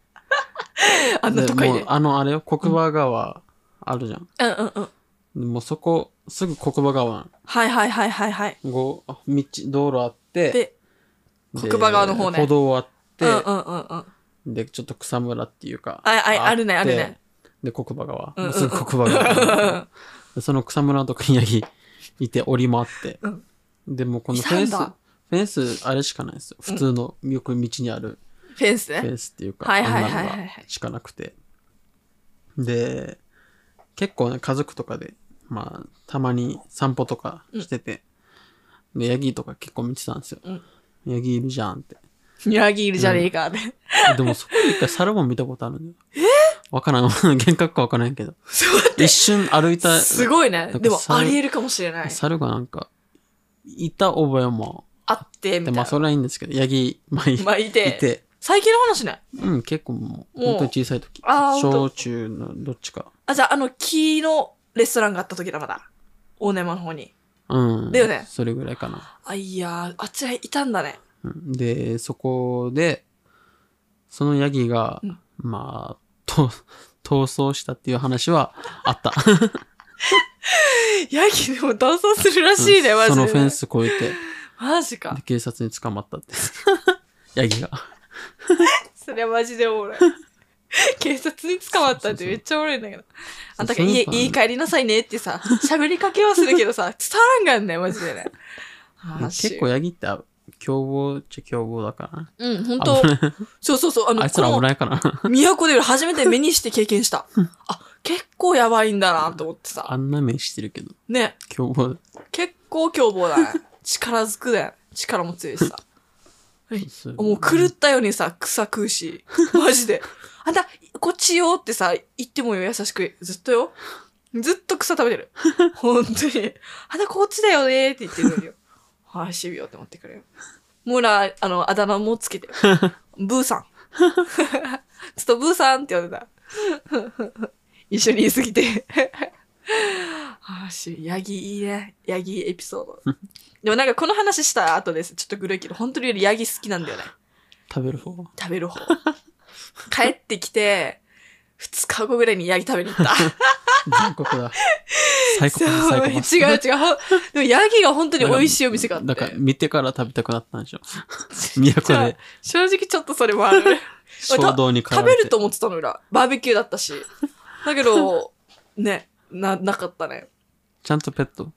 あんなで都会もで。うあの、あれよ、黒馬川あるじゃん。うんうんうん。でもうそこ、すぐ黒馬川、はいはいはいはいはい。ご道、道路あって、で、黒馬川の方ね歩道あっうんうんてう、んうん。あで、ちょっと草むらっていうか。ああるねってあるね。で、黒馬川。うんうんもうすぐ黒馬川。 でその草むらのとこにヤギいて、折り回ってうん。で、もうこのいフたェンんス、だフェンス、あれしかないですよ。普通の、よく道にあるフェンスフェね。ンスっていうか、はあいんはいなはのいはいがしかなくて。で、結構ね、家族とかで、まあ、たまに散歩とかしてて、で、ヤギとか結構見てたんですよ。うんヤギいるじゃんって。ヤギいるじゃねえかって。でもそこで一回猿も見たことあるんだよ。えわからん。 幻覚かわからんけど。そう待一瞬歩いって。た、すごいね。かでも、猿あり得るかもしれない。猿がなんか、いた覚えもあって、あみって、たいまな。あそれはいいんですけど、ヤギ、まあいまあ、いて。いて、最近の話ね。うん、結構もう、もう本当に小さい時。あーほんと小中のどっちか。あ、じゃあ、あの、木のレストランがあった時だ、まだ。大根山の方に。うん。だよねそれぐらいかな。あ、いやー、あっちらいたんだね。うん、で、そこで、そのヤギが、うんまあ、と、逃走したっていう話は あった。ヤギでも逃走するらしいね、マジで。そのフェンス越えて、マジかで。警察に捕まっ たって。ヤギが。それはマジでおもろ い。警察に捕まったってめっちゃおもろいんだけど。あんたがそう家、そうそう家帰りなさいねってさ、喋りかけはするけど さ、伝わらんがんね、マジでね。結構や、ヤギって凶暴っちゃ凶暴だからな。うん、本当危ないそうそうそう、あの、あいつらこ危のないからな。都で初めて目にして経験した。あ、結構やばいんだなと思ってあさ。んな目してるけど、ね、凶暴だ。結構凶暴だね。力づくだよ。力も強いしさ。そうもう狂ったようにさ、草食うし。マジで。 あんた、こっちよってさ、言ってもよ、優しく。ずっとよ。ずっと草食べてる。本当に。あんたこっちだよねって言ってるのによ。はい、しびよって思ってくれよ。村、あの、あだ名もつけてよ。ブーさん。ちょっとブーさんって呼んでた。一緒にいすぎて。あーし、ヤギいいね。ヤギエピソード。でもなんかこの話した後です。ちょっとグロいけど、本当によりヤギ好きなんだよね。食べる方食べる方。帰ってきて、二日後ぐらいにヤギ食べに行った。 残酷だ。最高そう、だ、最高違う違う。でもヤギが本当に美味しいお店があって。だから見てから食べたくなったんでしょ。 都で正直ちょっとそれ もある。衝動に駆食らべれて。ると思ってたの裏。バーベキューだったし。だけど、ね、な、なかったね。ちゃんとペット。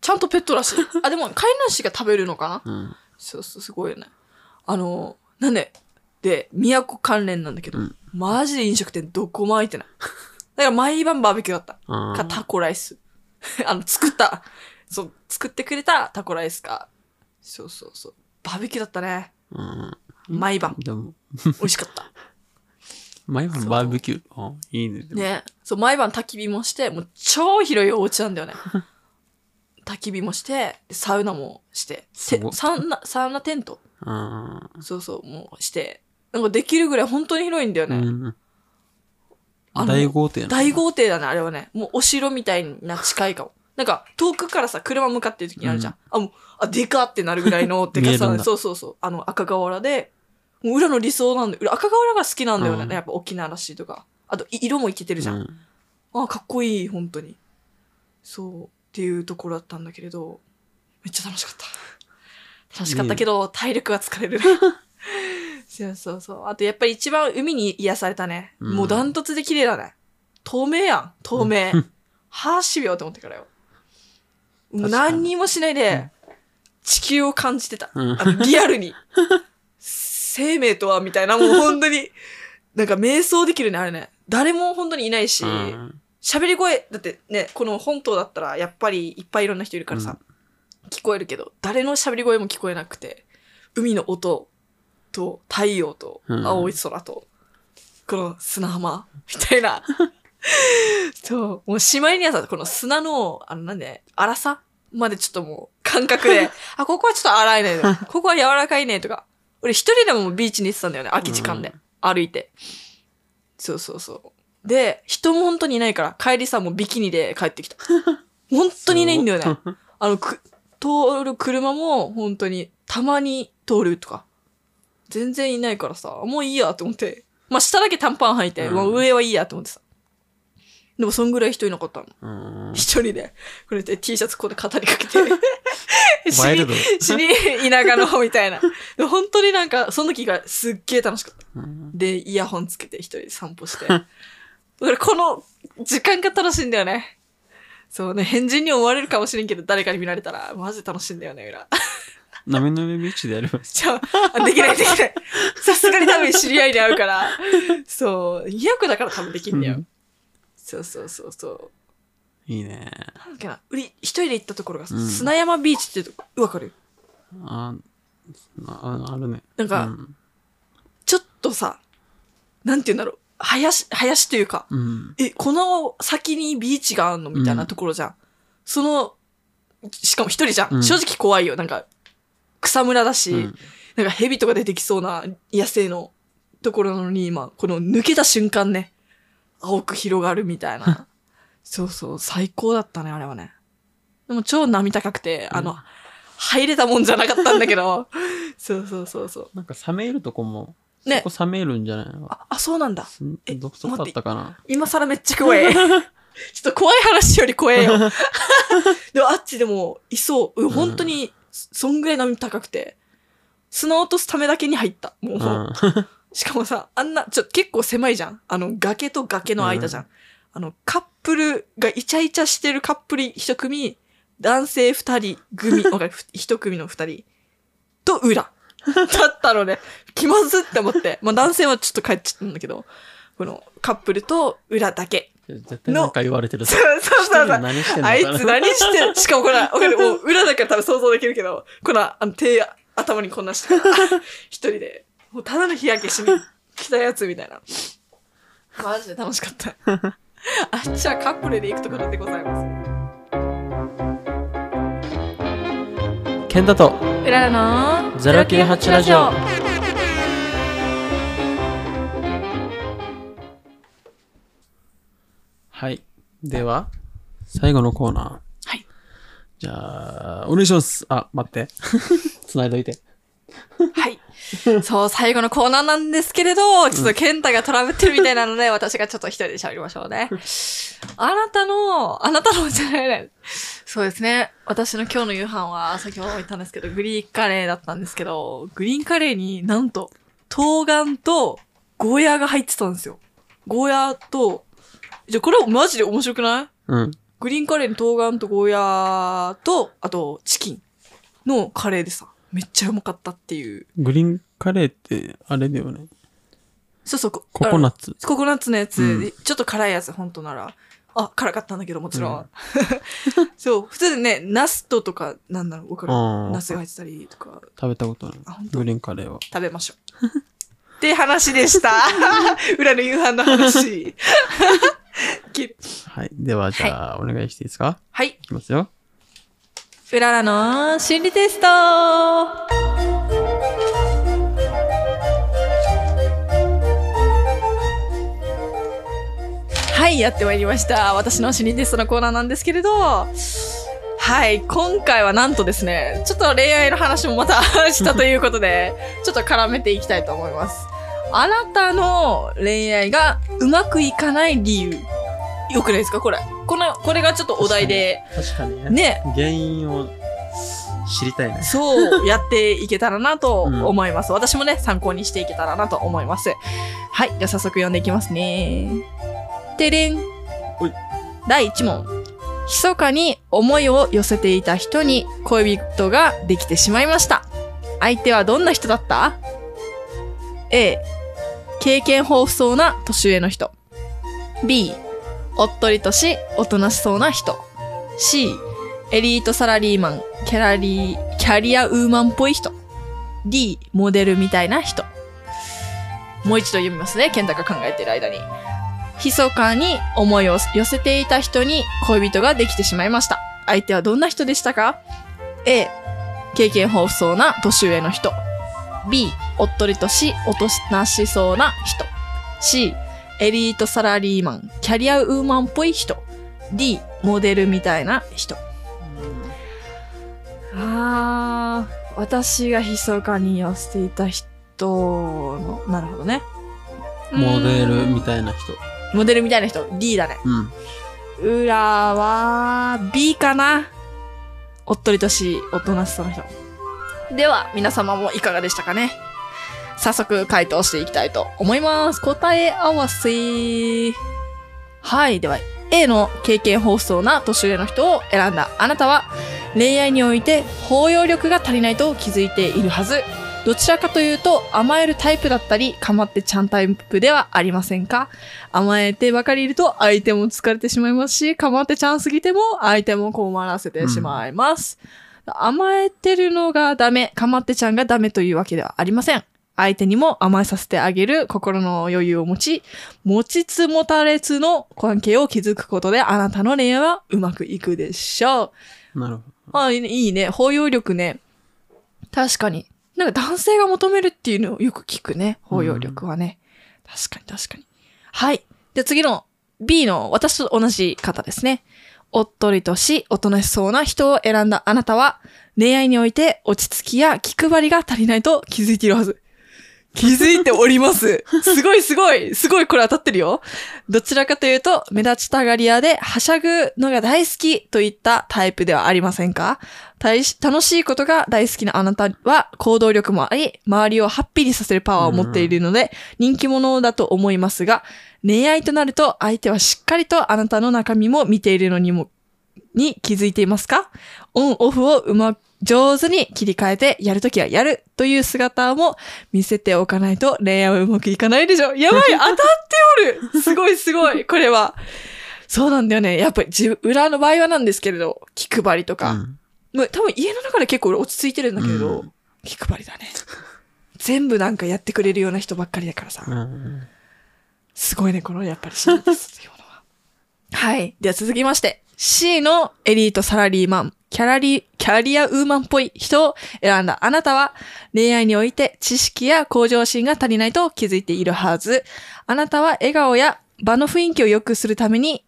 ちゃんとペットらしい。あ、でも飼い主が食べるのかなうん。そうそう、すごいよね。あの、なんで、で、都関連なんだけど、うんマジで飲食店どこも空いてない。だから毎晩バーベキューだった。あか、ータコライス。 あの、作った、そう、作ってくれたタコライスか。そうそうそう。バーベキューだったね。うん。毎晩。でも、美味しかった。毎晩バーベキュー。あいいね。 でもね。そう、毎晩焚き火もして、もう超広いお家なんだよ ね。焚き火もして、でサウナもして、すてごいサウナ、サウナテントあそうそう、もうして、なんかできるぐらい本当に広いんだよーね。うん。あの大豪邸なの大豪邸だね、あれはね。もうお城みたいな近いかも。なんか、遠くからさ、車向かってる時にあるじゃん。あ、もう、あ、でかってなるぐらいの、でか見えさるんね。だそうそうそう。あの、赤瓦で、もう裏の理想なんだよ。赤瓦が好きなんだよね。うんやっぱ沖縄らしいとか。あと、い色もいけてるじゃん。うんあ、かっこいい、本当に。そう、っていうところだったんだけれど、めっちゃ楽しかった。楽しかったけど、体力は疲 れる。そうそうそう。あと、やっぱり一番海に癒されたね。うんもうダントツで綺麗だね。透明やん、透明うん。はぁ、しびようと思ってからよ。もう確かに何にもしないで、地球を感じてた。うんあのリアルに。生命とは、みたいな、もう本当に、なんか瞑想できるね、あれね。誰も本当にいないし、うん喋り声、だってね、この本島だったらやっぱりいっぱいいろんな人いるからさ、聞こえるけど、誰の喋り声も聞こえなくて、海の音と太陽とうん青い空と、この砂浜みたいな。 そう、もうしまいにはさ、この砂の、あのなんで、荒さまでちょっともう感覚 で、あ、ここはちょっと荒いね、ここは柔らかいね、とか。俺一人でもビーチに行ってたんだよね、空き時間で。歩いて。そうそうそう。で、人も本当にいないから、帰りさ、もうビキニで帰って きた。本当にいないんだよね。あの、く、通る車も本当に、たまに通るとか。全然いないからさ、もういいやと思って。まあ、下だけ短パン履いて、うんまあ上はいいやと思ってさ。でも、そんぐらい人いなかったの。 うん一人で、これで T シャツここで語りか けて、死ワイルにド、死に田舎のみたいな。で本当になんか、その時がすっげえ楽しかった。うんで、イヤホンつけて一人で散歩して。だからこの時間が楽しいんだよね。そうね、変人に思われるかもしれんけど、誰かに見られたら、マジ楽しいんだよね、裏。 なめなめビーチでやります。じゃあ、できないできない。さすがに多分知り合いに会うから。そう、イヤホンだから多分できんだよ。うんそうそうそうそう。いいね。なんだっけな、うり一人で行ったところがさ、うん砂山ビーチっていうとこ、わかるあああるね。なんかうんちょっとさ、なんて言うんだろう、林、林というか、うん。え、この先にビーチがあるのみたいなところじゃん。その、しかも一人じゃん。うん正直怖いよ。なんか、草むらだし、うんなんか蛇とか出てきそうな野生のところなのに、今、この抜けた瞬間ね、青く広がるみたい な。そうそう、最高だったね、あれはね。でも超波高くて、あの、うん 入れたもんじゃなかったんだけど、そうそうそうそう。なんか冷めるとこもねそこ冷めるんじゃないのあ、あ、そうなんだ。すんえどそこだったかな今更めっちゃ怖え。 ちょっと怖い話より怖 えよ。でもあっちでも、いそう。うん本当に、そそんぐらい波高くて。砂落とすためだけに入った。もう、しかもさ、あんな、ちょ、結構狭いじゃん。あの、崖と崖の間じゃん。あの、カップルがイチャイチャしてるカップル一組、男性二人 組、わかるふ一組の二人、と 裏。だったのね。気まずって思って。まあ男性はちょっと帰っちゃったんだけど、このカップルと裏だけ。うん。 絶対なんか言われてる そうそうそうそう。何してんのかなあいつ何してんしかもこれ、わかる、もう裏だから多分想像できるけど、この、あの、手、頭にこんなして、 一人で、もうただの日焼けしに来たやつみたいな。マジで楽しか った。あっちはカップルで行くところでございます。ケンタと裏の098ラジオ。はい。では、最後のコーナー。はい。じゃあ、お願いします。あ、待 って。繋いどいて。はい。そう、最後のコーナーなんですけれど、ちょっと健太がトラブってるみたいなので、私がちょっと一人で喋りましょうね。あなたの、あなたのじゃないね。そうですね。私の今日の夕飯は、先ほども言ったんですけど、グリーンカレーだったんですけど、グリーンカレーになんと、冬瓜とゴーヤーが入ってたんですよ。ゴーヤーと、じゃ、これはマジで面白くないうん。グリーンカレーに冬瓜とゴーヤーと、あと、チキンのカレーでさ、めっちゃうまかったっていう。グリーンカレーって、あれだよね。そうそう、こココナッツ。ココナッツのやつ、うんちょっと辛いやつ、本当なら。あ、辛かったんだけど、もちろん。う そう、普通でね、ナスととか、なんだろう、わかるあーナスが入ってたりとか、食べたことないあ本。当グリーンカレーは。食べましょう。って話で した。裏の夕飯の話。きはい。では、じゃあ、お願いしていいですかはい。いきますよ。裏の心理テストははい、やってまいりました。私の心理テストのコーナーなんですけれど、はい、今回はなんとですね、ちょっと恋愛の話もまたしたということ で、ちょっと絡めていきたいと思います。あなたの恋愛がうまくいかない理由。よくないですかこれ。この、これがちょっとお題で、確かに。ね、原因を知りたいね。そう、やっていけたらなとうん思います。私もね、参考にしていけたらなと思います。はい、じゃあ早速読んでいきますね。てれんほい。第1問。密かに思いを寄せていた人に恋人ができてしまいました。相手はどんな人だった ?A、経験豊富そうな年上の人。B、おっとりとし、おとなしそうな人。C、エリートサラリーマン、キャラリー、キャリアウーマンっぽい人。D、モデルみたいな人。もう一度読みますね、健太が考えている間に。密かに思いを寄せていた人に恋人ができてしまいました。相手はどんな人でしたか ?A、経験豊富そうな年上の人。B、おっとりとし、おとなしそうな人。C、エリートサラリーマン、キャリアウーマンっぽい人。D、モデルみたいな人。あー、私が密かに寄せていた人の、なるほどね。モデルみい。たいな人。モデルみたいな人、D だね。うん。裏は B かな。おっとりとしい、おとなしそうな人。では、皆様もいかがでしたかね。早速回答していきたいと思います。答え合わせ。はい。では、A の経験豊富そうな年上の人を選んだあなたは、恋愛において包容力が足りないと気づいているはず。どちらかというと甘えるタイプだったり、かまってちゃんタイプではありませんか甘えてばかりいると相手も疲れてしまいますし、かまってちゃんすぎても相手も困らせてしまいます。甘えてるのがダメ、かまってちゃんがダメというわけではありません。相手にも甘えさせてあげる心の余裕を持ち、持ちつ持たれつの関係を築くことであなたの恋愛はうまくいくでしょう。なるほあ、いいねいいね。包容力ね。確かに。なんか男性が求めるっていうのをよく聞くね。包容力はね。確かに確かに。はい。じゃあ次の B の私と同じ方ですね。おっとりとし、おとなしそうな人を選んだあなたは、恋愛において落ち着きや気配りが足りないと気づいているはず。気づいております。すごいすごい、すごいこれ当たってるよ。どちらかというと、目立ちたがり屋で、はしゃぐのが大好きといったタイプではありませんか大し楽しいことが大好きなあなたは行動力もあり、周りをハッピーにさせるパワーを持っているので、人気者だと思いますが、恋愛となると相手はしっかりとあなたの中身も見ているのにも、に気づいていますかオンオフをうま、上手に切り替えて、やるときはやるという姿も見せておかないと恋愛はうまくいかないでし ょ。やばい当たっておるすごいすごいこれは。そうなんだよね。やっぱり自、裏の場合はなんですけれど、気配りとか。うんもう多分家の中で結構俺落ち着いてるんだけれど、うん気配りだね。全部なんかやってくれるような人ばっかりだからさ。うんすごいね、このやっぱり C です よのは。はい。では続きまして、C のエリートサラリーマン、キャラリー、キャリアウーマンっぽい人を選んだあなたは、恋愛において知識や向上心が足りないと気づいているはず。あなたは笑顔や場の雰囲気を良くするために、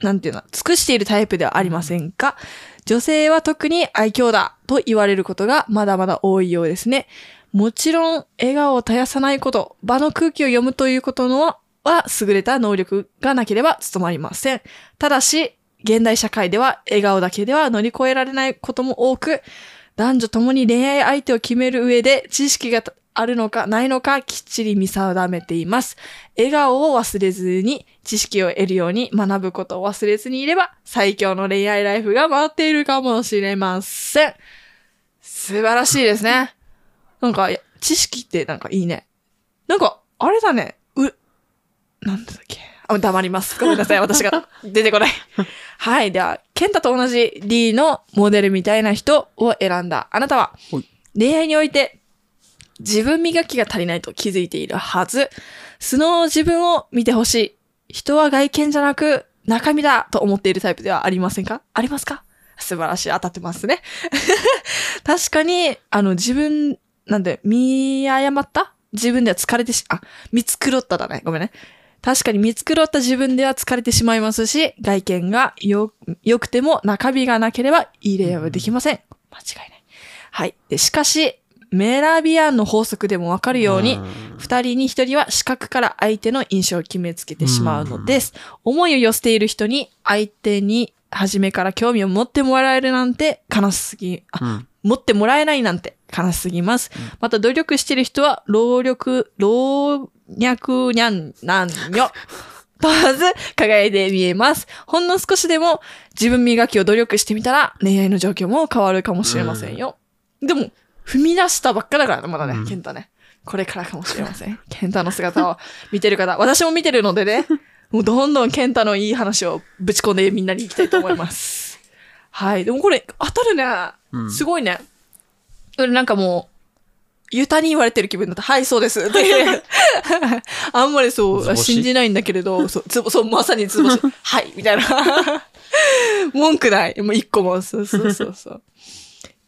なんていうの、尽くしているタイプではありませんか女性は特に愛嬌だと言われることがまだまだ多いようですね。もちろん、笑顔を絶やさないこと、場の空気を読むということのは優れた能力がなければ務まりません。ただし、現代社会では笑顔だけでは乗り越えられないことも多く、男女ともに恋愛相手を決める上で知識があるのかないのかきっちり見定めています。笑顔を忘れずに知識を得るように学ぶことを忘れずにいれば最強の恋愛ライフが待っているかもしれません。素晴らしいですね。なんか、や知識ってなんかいいね。なんか、あれだね。う、なんだっけ。あ、黙ります。ごめんなさい。私が出てこない。はい。では、ケンタと同じ D のモデルみたいな人を選んだあなたはほい、恋愛において自分磨きが足りないと気づいているはず。素の自分を見てほしい。人は外見じゃなく中身だと思っているタイプではありませんかありますか素晴らしい。当たってますね。 確かに、あの、自分、なんで、見誤った自分では疲れてし、あ、見繕っただね。ごめんね。確かに見繕った自分では疲れてしまいますし、外見がよ、良くても中身がなければいい例はできません。間違いない。はい。でしかし、メラビアンの法則でもわかるように、二人に一人は視覚から相手の印象を決めつけてしまうのです。思いを寄せている人に相手に初めから興味を持ってもらえるなんて悲しすぎ、あうん持ってもらえないなんて悲しすぎます。また努力してる人は、労力、老若にゃん、なん よ。問わず、輝いて見えます。ほんの少しでも自分磨きを努力してみたら、恋愛の状況も変わるかもしれませんよ。でも、踏み出したばっかだからね、まだね、うん健太ね。これからかもしれません。健太の姿を見てる方、私も見てるのでね、もうどんどん健太のいい話をぶち込んでみんなに行きたいと思います。はい。でもこれ、当たるね。うんすごいね。俺なんかもう、ユタに言われてる気分だった。はい、そうです。 ってあんまりそう、図星信じないんだけれど、そう、つぼそうまさにつぼし、はい、みたいな。 文句ない。もう一個も。そうそうそうそう。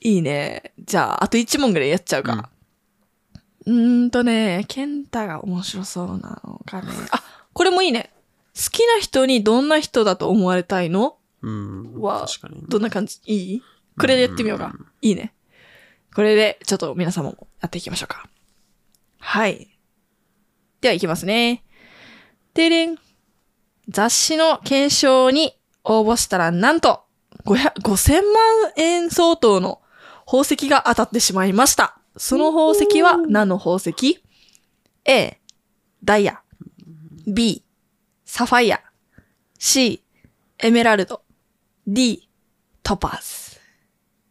いいね。じゃあ、あと一問ぐらいやっちゃうか。うーんとね、ケンタが面白そうなのかね。あ、これもいいね。好きな人にどんな人だと思われたいのうん。は確かに。どんな感じいいこれでやってみようか。いいね。これで、ちょっと皆様もやっていきましょうか。はい。では、いきますね。てれん。雑誌の検証に応募したら、なんと、500 5000万円相当の宝石が当たってしまいました。その宝石は何の宝石 ?A、ダイヤ。B、サファイア。C、エメラルド。D、トパーズ。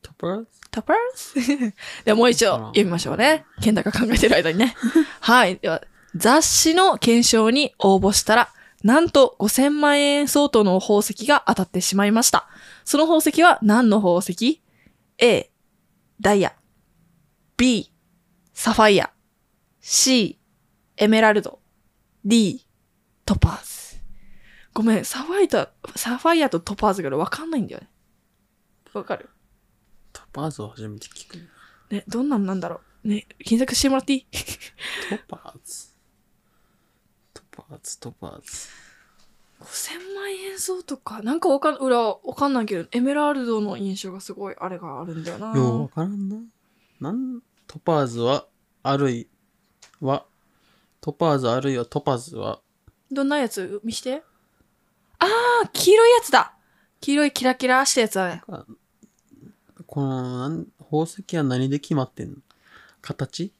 トップラトパーズ ではもう一度読みましょうね。健太が考えてる間にね。 はい。では、雑誌の検証に応募したら、なんと5000万円相当の宝石が当たってしまいました。その宝石は何の宝石 ?A、ダイヤ。B、サファイア。C、エメラルド。D、トパーズ。ごめん、サファイア、サファイアとトパーズが俺わかんないんだよね。わかるトパーズを初めて聞く。ね、どんなんなんだろう。ね、検索してもらっていいトパーズ。トパーズ、トパーズ。 ?5000 万円相当か。なんかわかん、裏、わかんないけど、エメラルドの印象がすごいあれがあるんだよな。ようわからんな。なん、トパーズは、あるい、は、トパーズあるいはトパズは、どんなやつ見して。あー、黄色いやつだ黄色いキラキラしたやつだ。この、なん宝石は何で決まってんの形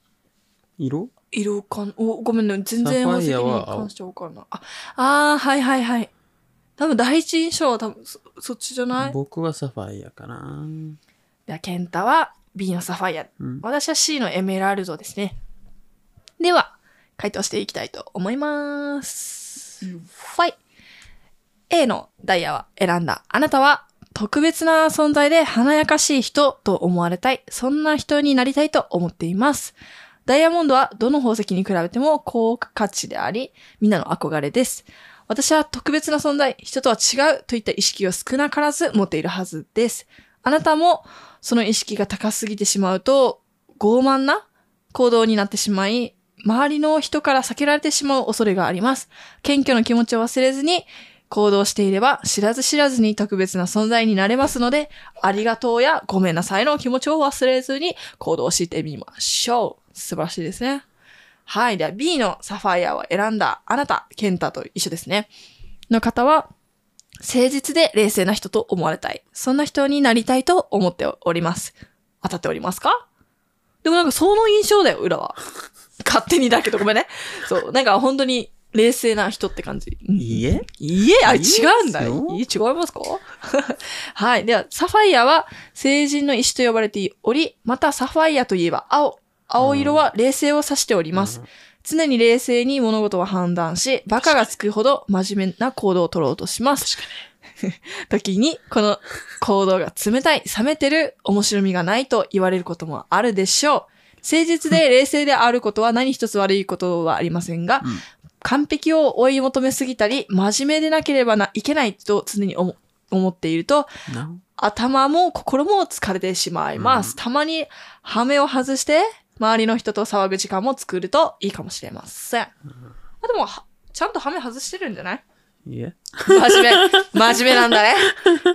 色色かん、お、ごめんね。全然宝サファ石イアはに関してわかんない。あ、あー、はいはいはい。多分第一印象は多分そそっちじゃない僕はサファイアかな。じゃあ、ケンタは B のサファイア。うん私は C のエメラルドですね。では、回答していきたいと思います。はい。A のダイヤは選んだ。あなたは特別な存在で華やかしい人と思われたい。そんな人になりたいと思っています。ダイヤモンドはどの宝石に比べても高価値であり、みんなの憧れです。私は特別な存在、人とは違うといった意識を少なからず持っているはずです。あなたもその意識が高すぎてしまうと、傲慢な行動になってしまい、周りの人から避けられてしまう恐れがあります。謙虚の気持ちを忘れずに行動していれば、知らず知らずに特別な存在になれますので、ありがとうやごめんなさいの気持ちを忘れずに行動してみましょう。素晴らしいですね。はい。では B のサファイアを選んだあなた、ケンタと一緒ですね。の方は、誠実で冷静な人と思われたい。そんな人になりたいと思っております。当たっておりますかでもなんかその印象だよ、裏は。 勝手にだけど、ごめんね。そう、なんか本当に冷静な人って感じ。うんいいえいえ、あれいいです違ようんだよ。いえ違いますかはい。では、サファイアは成人の石と呼ばれており、またサファイアといえば青。青色は冷静を指しております。常に冷静に物事を判断し、バカがつくほど真面目な行動を取ろうとします。 時に、この行動が冷たい、冷めてる、面白みがないと言われることもあるでしょう。誠実で冷静であることは何一つ悪いことはありませんが、うん完璧を追い求めすぎたり、真面目でなければないけないと常に思思っていると、な頭も心も疲れてしまいます。うんたまに羽目を外して、周りの人と騒ぐ時間も作るといいかもしれません。あ、でも、はちゃんと羽目外してるんじゃないいいえ真面 目。真面目なんだね。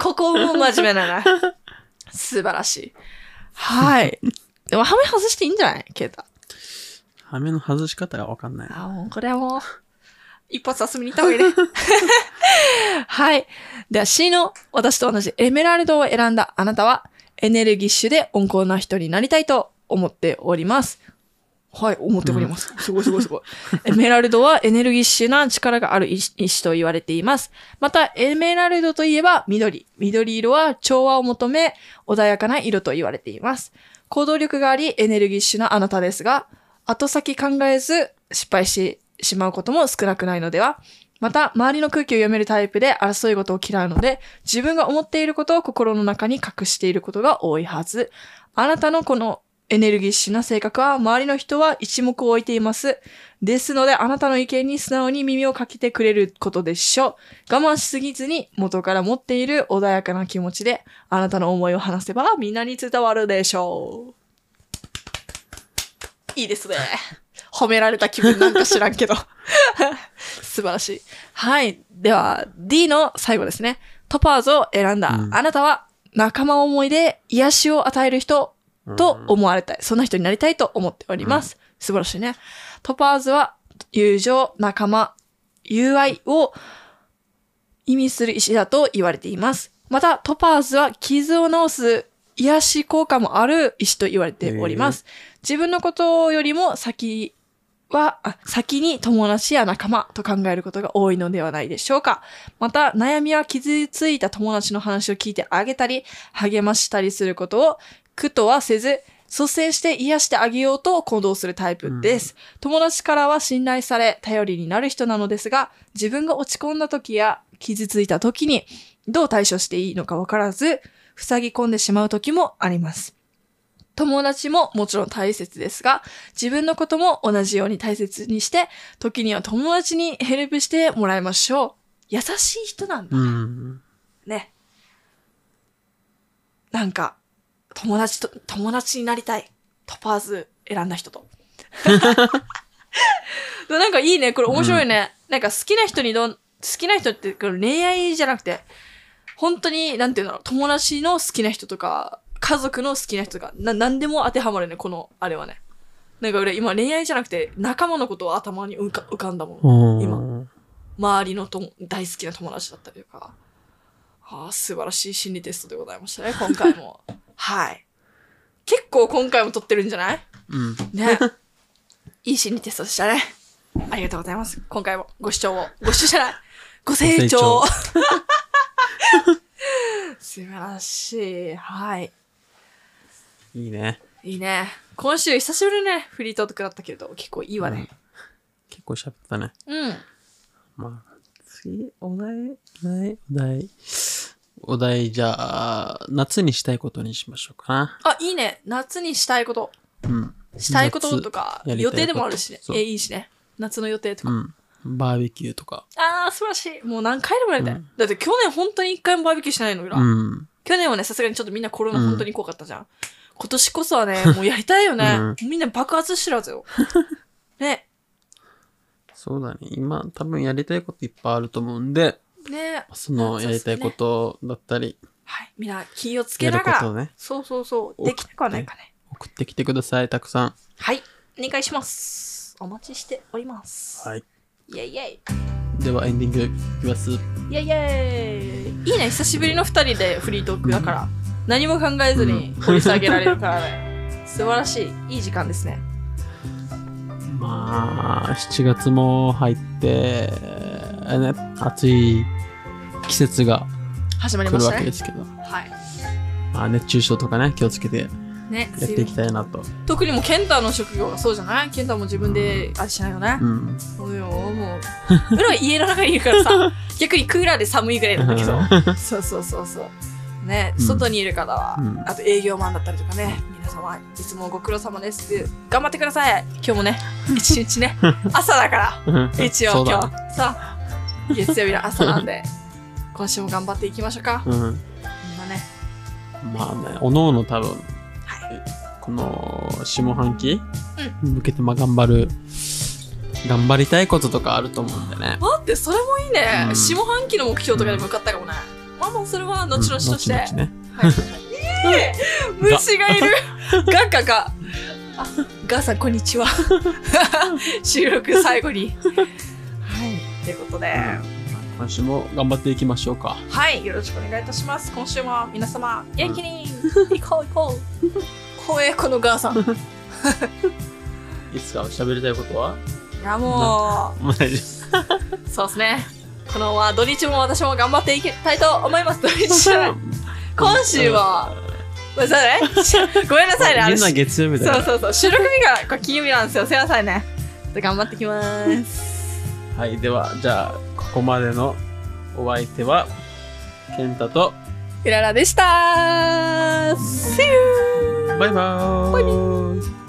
ここも真面目なんだ。素晴らしい。 はい。でも、羽目外していいんじゃないケイタ。羽目の外し方がわかんない。あ、もうこれはもう、 一発遊びに行った方がいいね。 はい。では C の私と同じエメラルドを選んだあなたは、エネルギッシュで温厚な人になりたいと思っております。はい、思っております。すごいすごいすごい。エメラルドはエネルギッシュな力がある石石と言われています。また、エメラルドといえば緑。緑色は調和を求め、穏やかな色と言われています。行動力があり、エネルギッシュなあなたですが、後先考えず失敗してしまうことも少なくないのではまた、周りの空気を読めるタイプで争い事を嫌うので、自分が思っていることを心の中に隠していることが多いはず。あなたのこのエネルギッシュな性格は、周りの人は一目置いています。ですので、あなたの意見に素直に耳をかけてくれることでしょう。我慢しすぎずに、元から持っている穏やかな気持ちで、あなたの思いを話せば、みんなに伝わるでしょう。いいですね。褒められた気分なんか知らんけど。 素晴らしい。はい。では、D の最後ですね。トパーズを選んだ。うんあなたは仲間思いで癒しを与える人と思われたい。そんな人になりたいと思っております。素晴らしいね。トパーズは友情、仲間、友愛を意味する石だと言われています。また、トパーズは傷を治す癒し効果もある石と言われております。自分のことよりも先は、あ先に友達や仲間と考えることが多いのではないでしょうか。また、悩みは傷ついた友達の話を聞いてあげたり、励ましたりすることを苦とはせず、率先して癒してあげようと行動するタイプです。友達からは信頼され、頼りになる人なのですが、自分が落ち込んだ時や傷ついた時に、どう対処していいのかわからず、塞ぎ込んでしまう時もあります。友達ももちろん大切ですが、自分のことも同じように大切にして、時には友達にヘルプしてもらいましょう。優しい人なんだうん。ね。なんか、友達と、友達になりたい。トパーズ選んだ人と。 でもなんかいいね。これ面白いね。なんか好きな人にどん、好きな人ってこの恋愛じゃなくて、本当に、なんていうんだろう、友達の好きな人とか、家族の好きな人とか、な、なんでも当てはまるね、この、あれはね。なんか俺今恋愛じゃなくて仲間のことを頭に浮か浮かんだもん。今今。周りのとも大好きな友達だったりとか。ああ、素晴らしい心理テストでございましたね、今回も。 はい。結構今回も撮ってるんじゃないうん。 ね。いい心理テストでしたね。ありがとうございます。今回もご視聴を、ご視聴じゃ ないご清聴ご。 素晴らしい。はい。いいね。いいね。今週久しぶりにね、フリートークだったけれど、結構いいわね。結構喋ったね。うん。まあ、次、お題、お題、お題。お題、じゃあ、夏にしたいことにしましょうかあ、いいね。夏にしたいこと。な。うん。したいこととか、夏やりたい予こと定でもあるしね。そうえ、いいしね。夏の予定とか。うん。バーベキューとか。あー、素晴らしい。もう何回でもやりたい。うんだって去年本当に一回もバーベキューしてないのぐらい。うん。去年はね、さすがにちょっとみんなコロナうん本当に怖かったじゃん。今年こそは ね、もうやりたいよね。みんな爆発してるはずよ。ね。そうだね。今、多分やりたいこといっぱいあると思うんで、ね。その夏やはりそうねたいことだったり、はい。みんな気をつけやるなこがとをら。ね、そうそうそう。できたかないかね。送ってきてください、たくさん。はい。お願いします。お待ちしております。はい。イェイイェイ。では、エンディングいきます。イェイイェイ。いいね、久しぶりの二人でフリートークだから、何も考えずに掘り下げられるからね。 素晴らしい。いい時間ですね。まあ、7月も入って、ね、暑い季節が始まり来まるしわたけでね。すけど、はい。まあ、熱中症とかね、気をつけてね、やっていきたいなと。特にもうケンタの職業がそうじゃないケンタも自分であれしないよねう。ん。そうよ、もう。俺は家の中にいるから さ、逆にクーラーで寒いぐらいなんだ けど。そうそうそうそう。ね、うん外にいる方は、うんあと営業マンだったりとかね、皆様、いつもご苦労様ですって。頑張ってください。今日 もね、一日ね、朝だから。一そ応うだ今日。さあ、月曜日の朝なん で、今週も頑張っていきましょうか。うん。みんなね。まあね、おのおの多分、この下半期に向けてまあ頑張る、頑張りたいこととかあると思うんでね。待って、それもいいね。うん下半期の目標とかでもよかったかもね。まあまあ、それは後々として。 うん後々ねええ虫がい るガガガあガさんこんにち は収録最後にはいということで、うん今週も頑張っていきましょうか。はいよろしくお願いいたします今週も皆様元気に行こう行こ う怖えこのガーさんいいつか喋りたいことはやももう大丈夫です。うそうですねこのまま土日も私も頑張っていきたいと思います 土日じゃない今週はそうだねごめんなさいねあの現在月曜日だかそらうそうそう収録日がこれ金曜日なんですよすいませんねちょっと頑張ってき ますはい、では、じゃあ、ここまでのお相手は、健太と、うららでした See you! バイバーイ